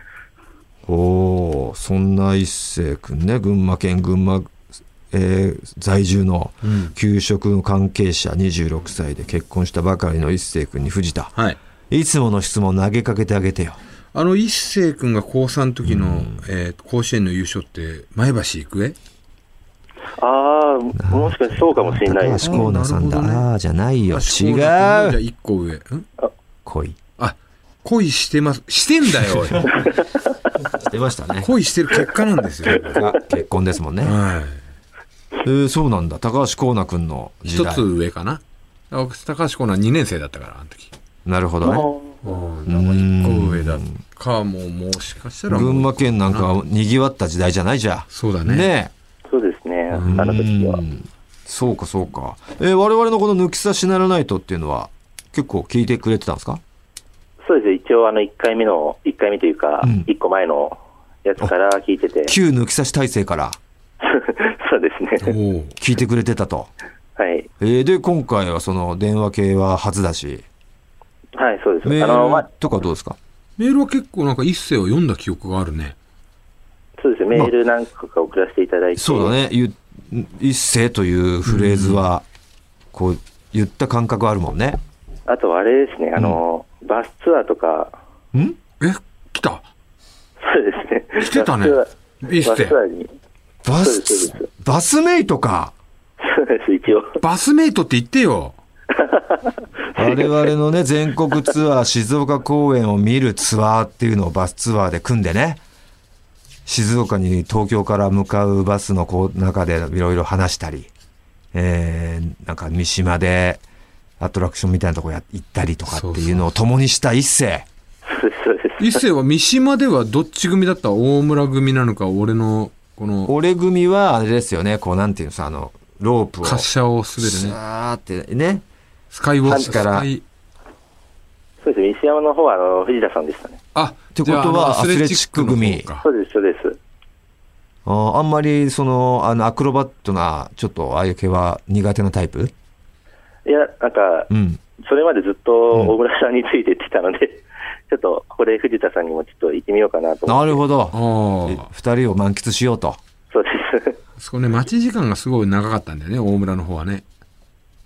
おお、そんな一星くんね、群馬県群馬、えー在住の給食の関係者26歳で結婚したばかりの一星くんに藤田。
はい。
いつもの質問投げかけてあげてよ。
あの、一星君が高3の時の、えー甲子園の優勝って、前橋育英
ああ、もしかしてそうかもしれないです。
高橋光成さんだ。
なるほど
ああー、じゃないよ。
あそうだじゃ
違う。
1個上。ん
恋。
あ、恋してます。してんだ
<laughs>
よ、おい
出ましたね。
恋してる結果な
<laughs>
んですよ。
が結婚ですもんね。
はい。
えーそうなんだ。高橋光成くんの時
一
代
つ。上かな。あ高橋コーナー2年生だったから、あの時。
なるほ
あ
どね。
ー
1個上だか、もう、もしかしたらもう。
群馬県なんかは賑わった時代じゃないじゃん。
そうだね。
ね
そうですね、あ
え。
の時は
う。んそうか、そうか。えー我々のこの抜き差しならないとっていうのは、結構聞いてくれてたんですか
そうです一応、あの、1回目の、1回目というか、
うん
1個前のやつから聞いてて、
旧抜き差し体制から
<laughs> そうですね。
おう
聞いてくれてたと。
はい。
えーで、今回はその電話系は初だし、
はい、そうです。
メ
あの、ま
ー
あ
ル、とかどうですか
メールは結構なんか一星を読んだ記憶があるね。
そうですね、メールなんか送らせていただいて、
そうだね。ゆ一世というフレーズは、こう、言った感覚あるもんね。
あとあれですね、あの、バスツアーとか、
ん
え、来た
そうですね。
来てたね
バス
いいっ
ツア
す
ーバス
ね
ツアーに、
バス
そうですそうで、
バスメイトか。
そうです、一応。
バスメイトって言ってよ。
我々の
<laughs>
ね、全国ツアー、静岡公演を見るツアーっていうのをバスツアーで組んでね、静岡に東京から向かうバスのこう中でいろいろ話したり、えー、なんか三島でアトラクションみたいなとこや行ったりとかっていうのを共にした一世。
そうです、そうです。
一星は三島ではどっち組だった大村組なのか、俺の、この、
俺組はあれですよね、こうなんていうのさ、あの、ロープを。
滑車を滑るね。
さーってね。
スカイウォッチ
橋から
スカイ
そうです、西山の方は、あの、藤田さんでしたね。
あ、って
ことはアスレチック組
そうです、そうです。
あーあんまり、その、あの、アクロバットな、ちょっとああいう系は苦手なタイプ
いや、なんか
う、ん。
それまでずっと小倉さんについてってたので、ちょっと、これ藤田さんにもちょっと行ってみようかなと思って。
なるほど。
あ
え
あ。
二人を満喫しようと。
そうです。
そこね、待ち時間がすごい長かったんだよね、大村の方はね。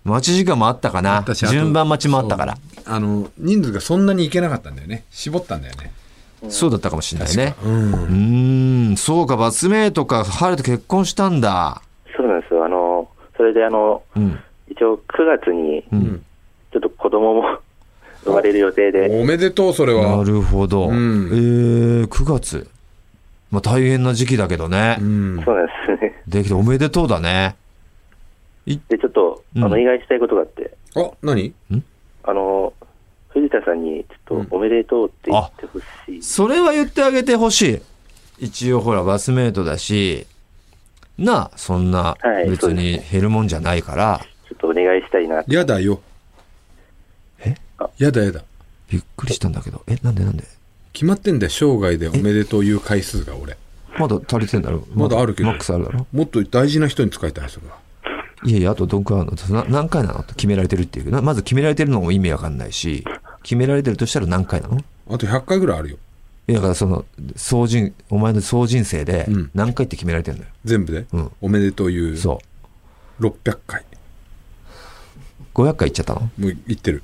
待ち時間もあったかな。
私あと
順番待ちもあったから。
そうあの、人数がそんなにいけなかったんだよね。絞ったんだよね。
そうだったかもしれないね。
う。
うんーん、そうか、バスメイトか、ハルと結婚したんだ。
そうなんですよ。あの、それであの、
うん。
一応9月に、
ん
ちょっと子供も生まれる予定で、
おめでとう、それ
な
は。
るほど。
うん
えー、9月。まあ大変な時期だけどね
う。ん。
そうなんですね。
できておめでとうだね。
で、ちょっと、あ
う
の、
ん
意外したいことがあって、
あ、何
あの、藤田さんに、ちょっと、おめでとうって言ってほしい。
それは言ってあげてほしい。一応ほら、バスメイトだし、なあ、そんな
はい、そ
別
うです
に減るもんじゃないから、
ちょっとお願いしたいな。
やだよ。
え
やだやだ。
びっくりしたんだけど。え、なんでなんで
決まってんだよ、生涯でおめでとう言う回数が俺。
まだ足りてんだろ
まだあるけど
マックスあるだろ
もっと大事な人に使いたい、それは。
いやいや、あとどんくらいあるのな何回なのと決められてるっていうな。まず決められてるのも意味わかんないし、決められてるとしたら何回なのい
あと100回ぐらいあるよ。
や、だからその、総人、お前の総人生で
うん
何回って決められてるのよ。
全部で。
うん
おめでとう言う。
そ
600回。
う。500回いっちゃったの
もう言ってる。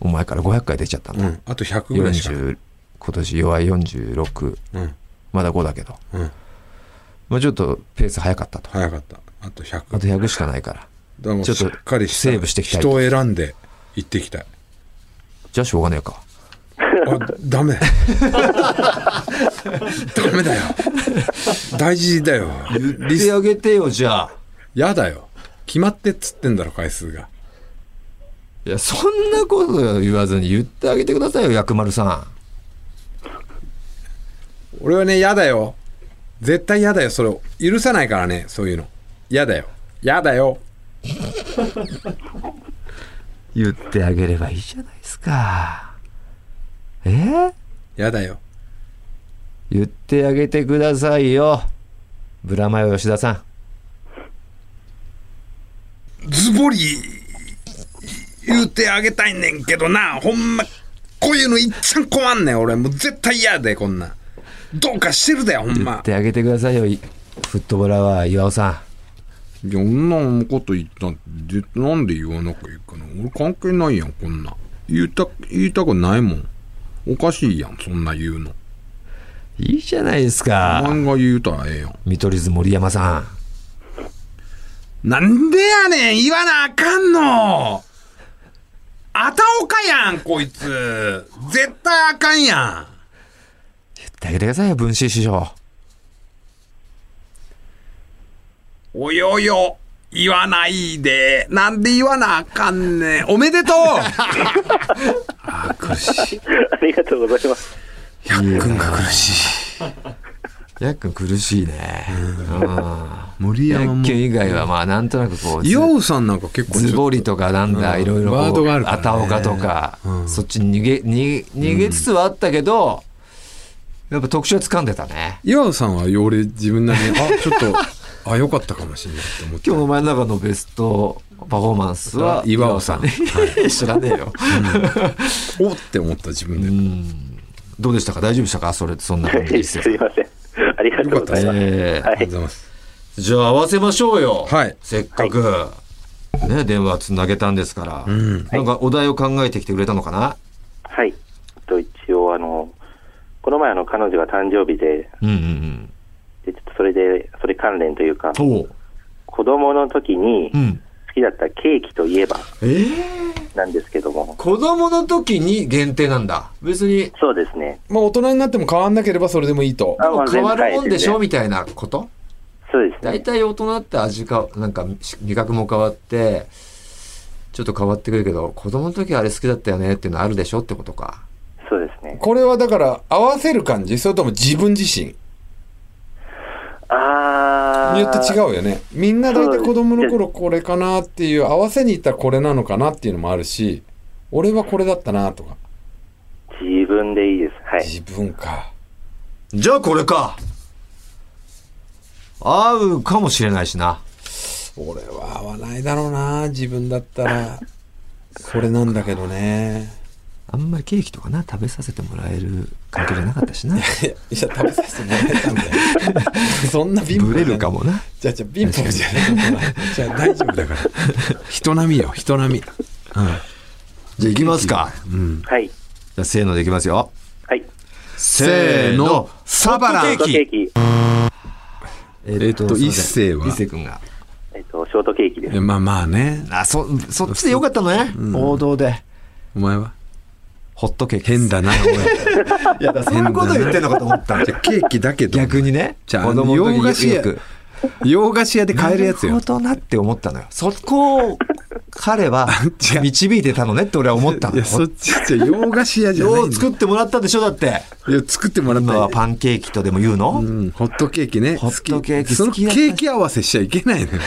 お前から500回出ちゃった
う
の。
ん。あと100ぐらいしか。
40、今年弱い46、
うん。
まだ5だけど。
うん。
まあちょっとペース早かったと。
早かった。あと100。
あと100しかないから。
だからもう
ちょっ
し
と
っかりした
セーブしていきたい
<laughs> 人を選んで行っていきたい。
じゃあしょうがねえか。
あダメダメだよ大事だよ
言ってあげてよ、じゃあ。
やだよ決まってっつってんだろ回数が
いや、そんなこと言わずに言ってあげてくださいよ、薬丸さん。
俺はねやだよ絶対やだよそれを許さないからねそういうのやだよやだよ
言ってあげればいいじゃないですか。えー
やだよ
言ってあげてくださいよ。ブラマヨ吉田さん。
ズボリ言うてあげたいねんけどなほんまこういうのいっちゃん困んねん俺もう絶対嫌でこんなんどうかしてるだよほん
言
ま
ってあげてくださいよ、いフットボラは岩尾さん。
いや、女のこと言ったんで、なんで言わなきゃいけない俺関係ないやん、こんなん。言いた、言いたくないもん。おかしいやん、そんな言うの。
いいじゃないです
お
か。
前が言うたらええやん。
見取り図森山さん。
なんでやねん言わなあかんのあたおかやん、こいつ絶対あかんや
言ってあげてくださいよ、文枝師匠。
んおよよ言わないで。なんで言わなあかんねん。おめでとうあー、苦しい。
ありがとうございます。
やっくんが苦しい。
やっくん苦しいね。
森
や
山
っ
も
きゅ。ん以外はまあなんとなくこう、ず
ヨウさんなんか結構
ズボリとかなんだ、いろいろこう、
ワードがあるからね
たおかとか、そっちに逃げ、逃げ、逃げつつはあったけど、やっぱ特徴は掴んでたね。
岩尾さんは俺自分なり
<laughs>
にあちょっとあ良かったかもしれないって思って
今日お前の中のベストパフォーマンスは
岩尾さん
ね。 <laughs> 知らねえよ。
おって思った自分で、
どうでしたか大丈夫でしたかそれ、そんな感じですよ
す。いません。ありがとうございます。
え
はい。
ございます
ーじゃあ合わせましょうよ。
はい
せっかく、ね、電話つなげたんですから、なんかお題を考えてきてくれたのかな
はい。と一応、あの、この前、あの、彼女が誕生日で、
うんうん
でちょっとそれで、それ関連というか、
うん。おう。
子供の時に
う
好
ん。
きだったケーキといえば
ええ
なんですけども、
子供の時に限定なんだ。別に、
そうですね。
まあ大人になっても変わんなければそれでもいいと
あまあ
変わるもんでしょ
全部
みたいなこと
そうです
大
ね。
体大人って味か、なんか味覚も変わって、ちょっと変わってくるけど、子供の時あれ好きだったよねっていうのあるでしょってことか。
そうですね。
これはだから合わせる感じそれとも自分自身
あー。
によって違うよねみんな大体子供の頃これかなっていう合わせにいったらこれなのかなっていうのもあるし俺はこれだったなとか
自分でいいです。はい。
自分か
じゃあこれか合うかもしれないしな。
俺は合わないだろうな自分だったらこれなんだけどね
あんまりケーキとかな、食べさせてもらえる環境じゃなかったしな。
いやいや食べさせてもらえたんだよそんな貧乏
<laughs> ブ
じゃな
レ
い
るかもな。
じゃあじゃあ貧乏じゃない <laughs> じゃあ大丈夫だから
人並みよ人並み
じゃあ行きますか。
はい。
じゃあせーのでいきますよ。
はい。
せーの、サバラ
ショートケーキ。
えーっ
えっと一世は
一世君が。
えっと、ショートケーキです。
まあまあね
あ、そ、そっちでよかったのね。王道で。
お前は
ホットケーキ。
変。だなお
<laughs> いや、だからそういうこと言ってんのかと思った。
いじゃあケーキだけど
逆にね。
じゃあ
子供の時
洋菓子屋
よく
洋菓子屋で買えるやつ
な
よ
るほどなって思ったのよ。そこを、彼は
違う
導いてたのねって俺は思った
い
のよ
や。そっちじゃ洋菓子屋じゃない
よ
ん
う
だ
作ってもらったでしょだって。
いや作ってもらった
今は
よ
パンケーキとでも言うの、
うん、ホットケーキね。
ホットケーキ
そ
好
の
き
ケ
だった
ーキ合わせしちゃいけないの
<laughs>
よ。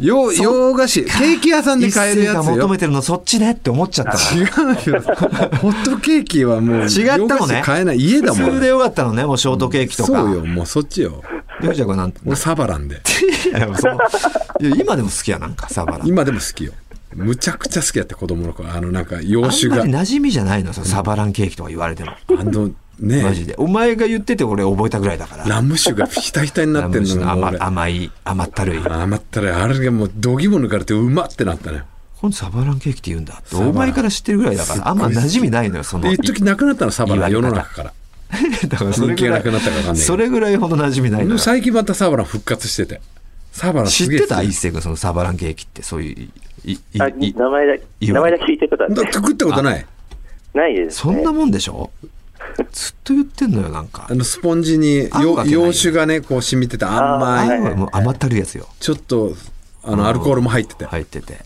洋洋菓子、ケーキ屋さんで
一
買える
世
や
が
つよ。違う
求
よ。
めてるのそっちねって思っちゃったの。 <laughs>
ホットケーキはもう、
違ったの
洋
ね
菓子買えない。家だも
普通
ん
で。よかったのね、もうショートケーキとか。
そうよ、もうそっちよ。
で藤田君はなんて。
俺サバランで。
いやそのいや今でも好きやなんか、サバラ。
今でも好きよむちゃくちゃ好きやった子供の頃あのなんか洋酒
あ
が
んまり馴染みじゃないのそのサバランケーキとか言われても。
あの
マ
ね
ジで。お前が言ってて俺覚えたぐらいだから。
ラム酒がひたひたになってんの
ラ
が
ム
もう
酒
俺
の甘甘い、甘ったるい。
甘ったらあれがもうどぎも抜かれてうまってなったね
このサバランケーキって言うんだって、お前から知ってるぐらいだから、あんま馴染みないのよ、その。
で一時なくなったのサバラ
いい
世
わけ
の
だ
中から
だから <laughs> それ
人気
ぐ
が
ら
なくなったかわかんないけ
い、
ど
それぐらいほど馴染みない
で
の
も
よ。
最近またサバラン復活しててサバラン
知
す
っ
げえ好
て
きだ
た一星君、そのサバランケーキって、そういう、い、い、
あ、
い、い
名前だけ、
いい
名前だけ聞いてることあっ
だって
て。
食ったことない
ないです
そ
ね。
んなもんでしょずっと言ってんのよ、なんか
あ。の、スポンジに
あんわ
よ
けないよ
洋酒がね、こう染みてて甘
あ
い
ー。
あんはもう甘ったるいやつよ。
ちょっと、あの、アルコールも入ってて。
入ってて。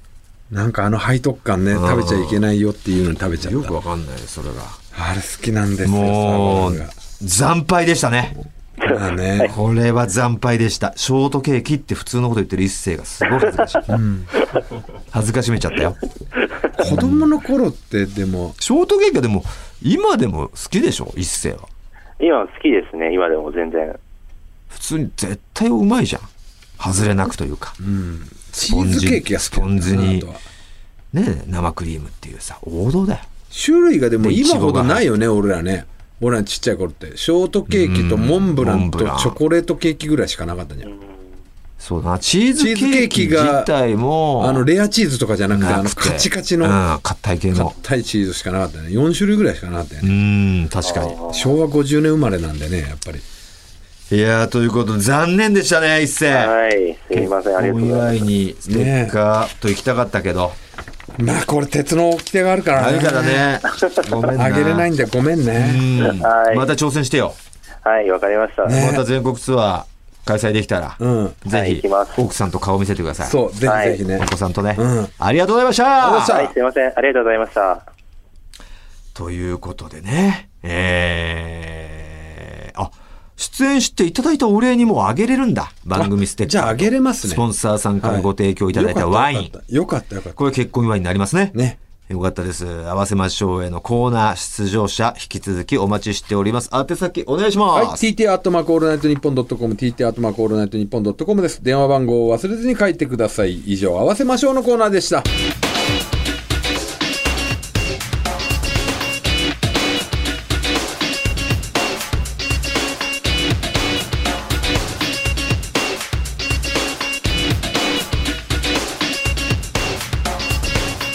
なんかあの背徳感ね、
ん
食べちゃいけないよっていうのに食べちゃ
よ
っ
く
た。
わかんない、それが。
あれ好きなんですよ、
も
サーモン
う、惨敗でしたね。
が。まあね。
これは惨敗でした。ショートケーキって普通のこと言ってる一世がすごい恥ずかしい。恥ずかしめちゃったよ。
子供の頃ってでも、
ショートケーキはでも、今でも好きでしょ、一世は。
今好きですね、今でも全然。
普通に絶対うまいじゃん。外れなくというか。
チーズケーキが好きだっ
ス
たな
ポンジに
あとは
ねえ生クリームっていうさ、王道だよ。
種類がでも
で
今ほどないよね、俺らね。俺らちっちゃい頃って。ショートケーキとモンブラ
うんモン
ンと
ブ
チ
ラン
ョコレートケーキぐらいしかなかったじゃん。
そうだな。チーズケ
チーズケ
ー
ー
キ
キが
自体も、
あの、レアチーズとかじゃなくて、あの、
なくて
カチカチの
うん、硬い系の。
硬いチーズしかなかったね。4種類ぐらいしかなかったよ
う
ね。
ん、確かに。
昭和50年生まれなんでね、やっぱり。
いやー、ということで、残念でしたね、一世。
はい、すいません、ありがと
お
うご
祝
ざい
い
ます。
にステッカーと行きたかったけど。
まあ、これ鉄の掟があるから
あ
ね。
るから
<laughs>
ね。ごめんな。
あげれない
うん
だよ、ごめんね。
ん。
はい
また挑戦してよ。
はい、わかりました。
また全国ツアー開催できたら、
うん。
はい
ぜ
行
ひ
きます
奥さんと顔見せてください。
そう、ぜ
は
ひ
い
ぜひね
お。子さんとね。
うん
ありがとうございました。
はい、すいません、ありがとうございました。
ということでね、えー、あ、出演していただいたお礼にもあげれるんだ。番組ステッカー。
じゃああげれますね
スポンサーさんからご提供いただいたワイン。
よかったよかったよかった。
これ結婚祝いになりますね。
ね。
よかったです。合わせましょうへのコーナー出場者、引き続きお待ちしております。宛先お願いし
はい、
ます。
tt アットマークオールナイトニッポンドットコム、tt アットマークオールナイトニッポンドットコムです。電話番号を忘れずに書いてください。以上、合わせましょうのコーナーでした。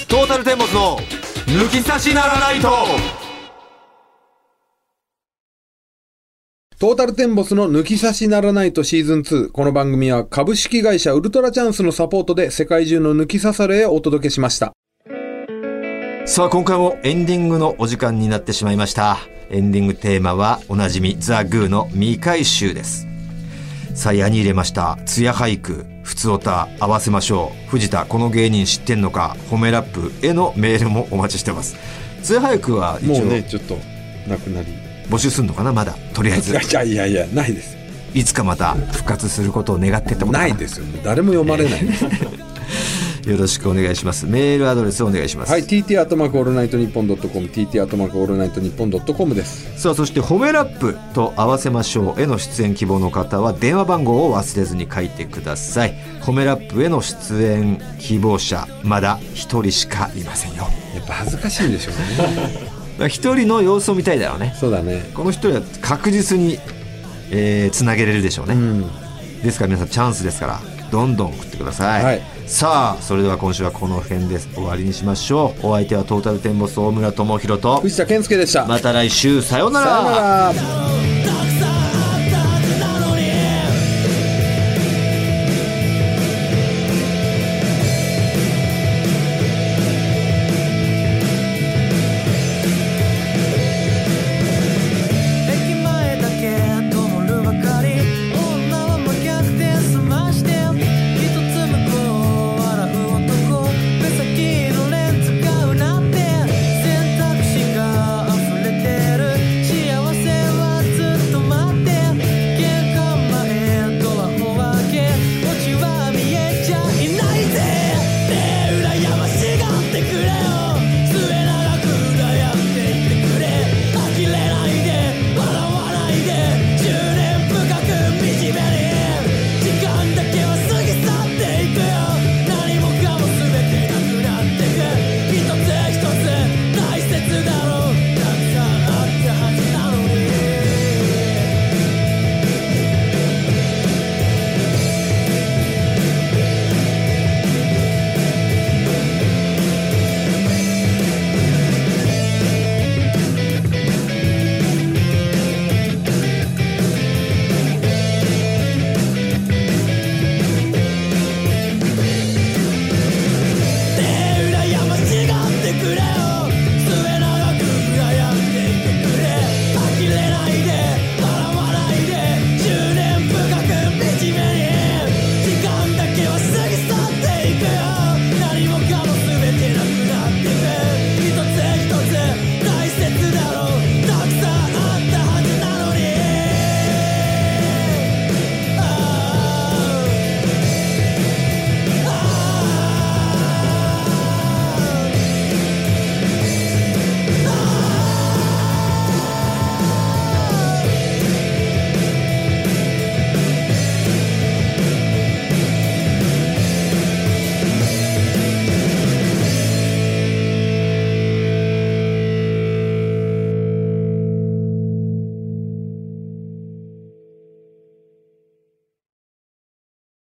トータルテンボスの抜き差しならないと
トータルテンボスの抜き差しならないとシーズン2。この番組は株式会社ウルトラチャンスのサポートで世界中の抜き差されへお届けしました。
さあ今回もエンディングのお時間になってしまいました。エンディングテーマはおなじみザ・グーの未回収です。さあ、矢に入れました。ツヤ俳句、ふつおた、合わせましょう。藤田、この芸人知ってんのか、褒めラップへのメールもお待ちしてます。ツヤ俳句は一
もう
応
ね、ちょっと、なくなり。
募集するのかな、まだ。とりあえ
<laughs> い
ず
や。いやいやいや、ないです。
いつかまた復活することを願ってってことか
ないですよ。誰も読まれないです。
よろしくお願いします。メールアドレスお願いします。
はい、tt アットマークオールナイトニッポンドットコム、tt アットマークオールナイトニッポンドットコムです。
さあそして「褒めラップ」と合わせましょうへの出演希望の方は電話番号を忘れずに書いてください褒めラップへの出演希望者まだ1人しかいませんよ
やっぱ恥ずかしいんでしょう <laughs> ね。
1人の様子を見たいだろうね
そうだね。
この1人は確実にえーつなげれるでしょうね、
うん。
ですから皆さんチャンスですからどんどん送ってください、
はい
さあそれでは今週はこの辺です終わりにしましょうお相手はトータルテンボス大村智広と
藤田健介でした。
また来週さような
さよ
ら
な
「た
ら。
くさんの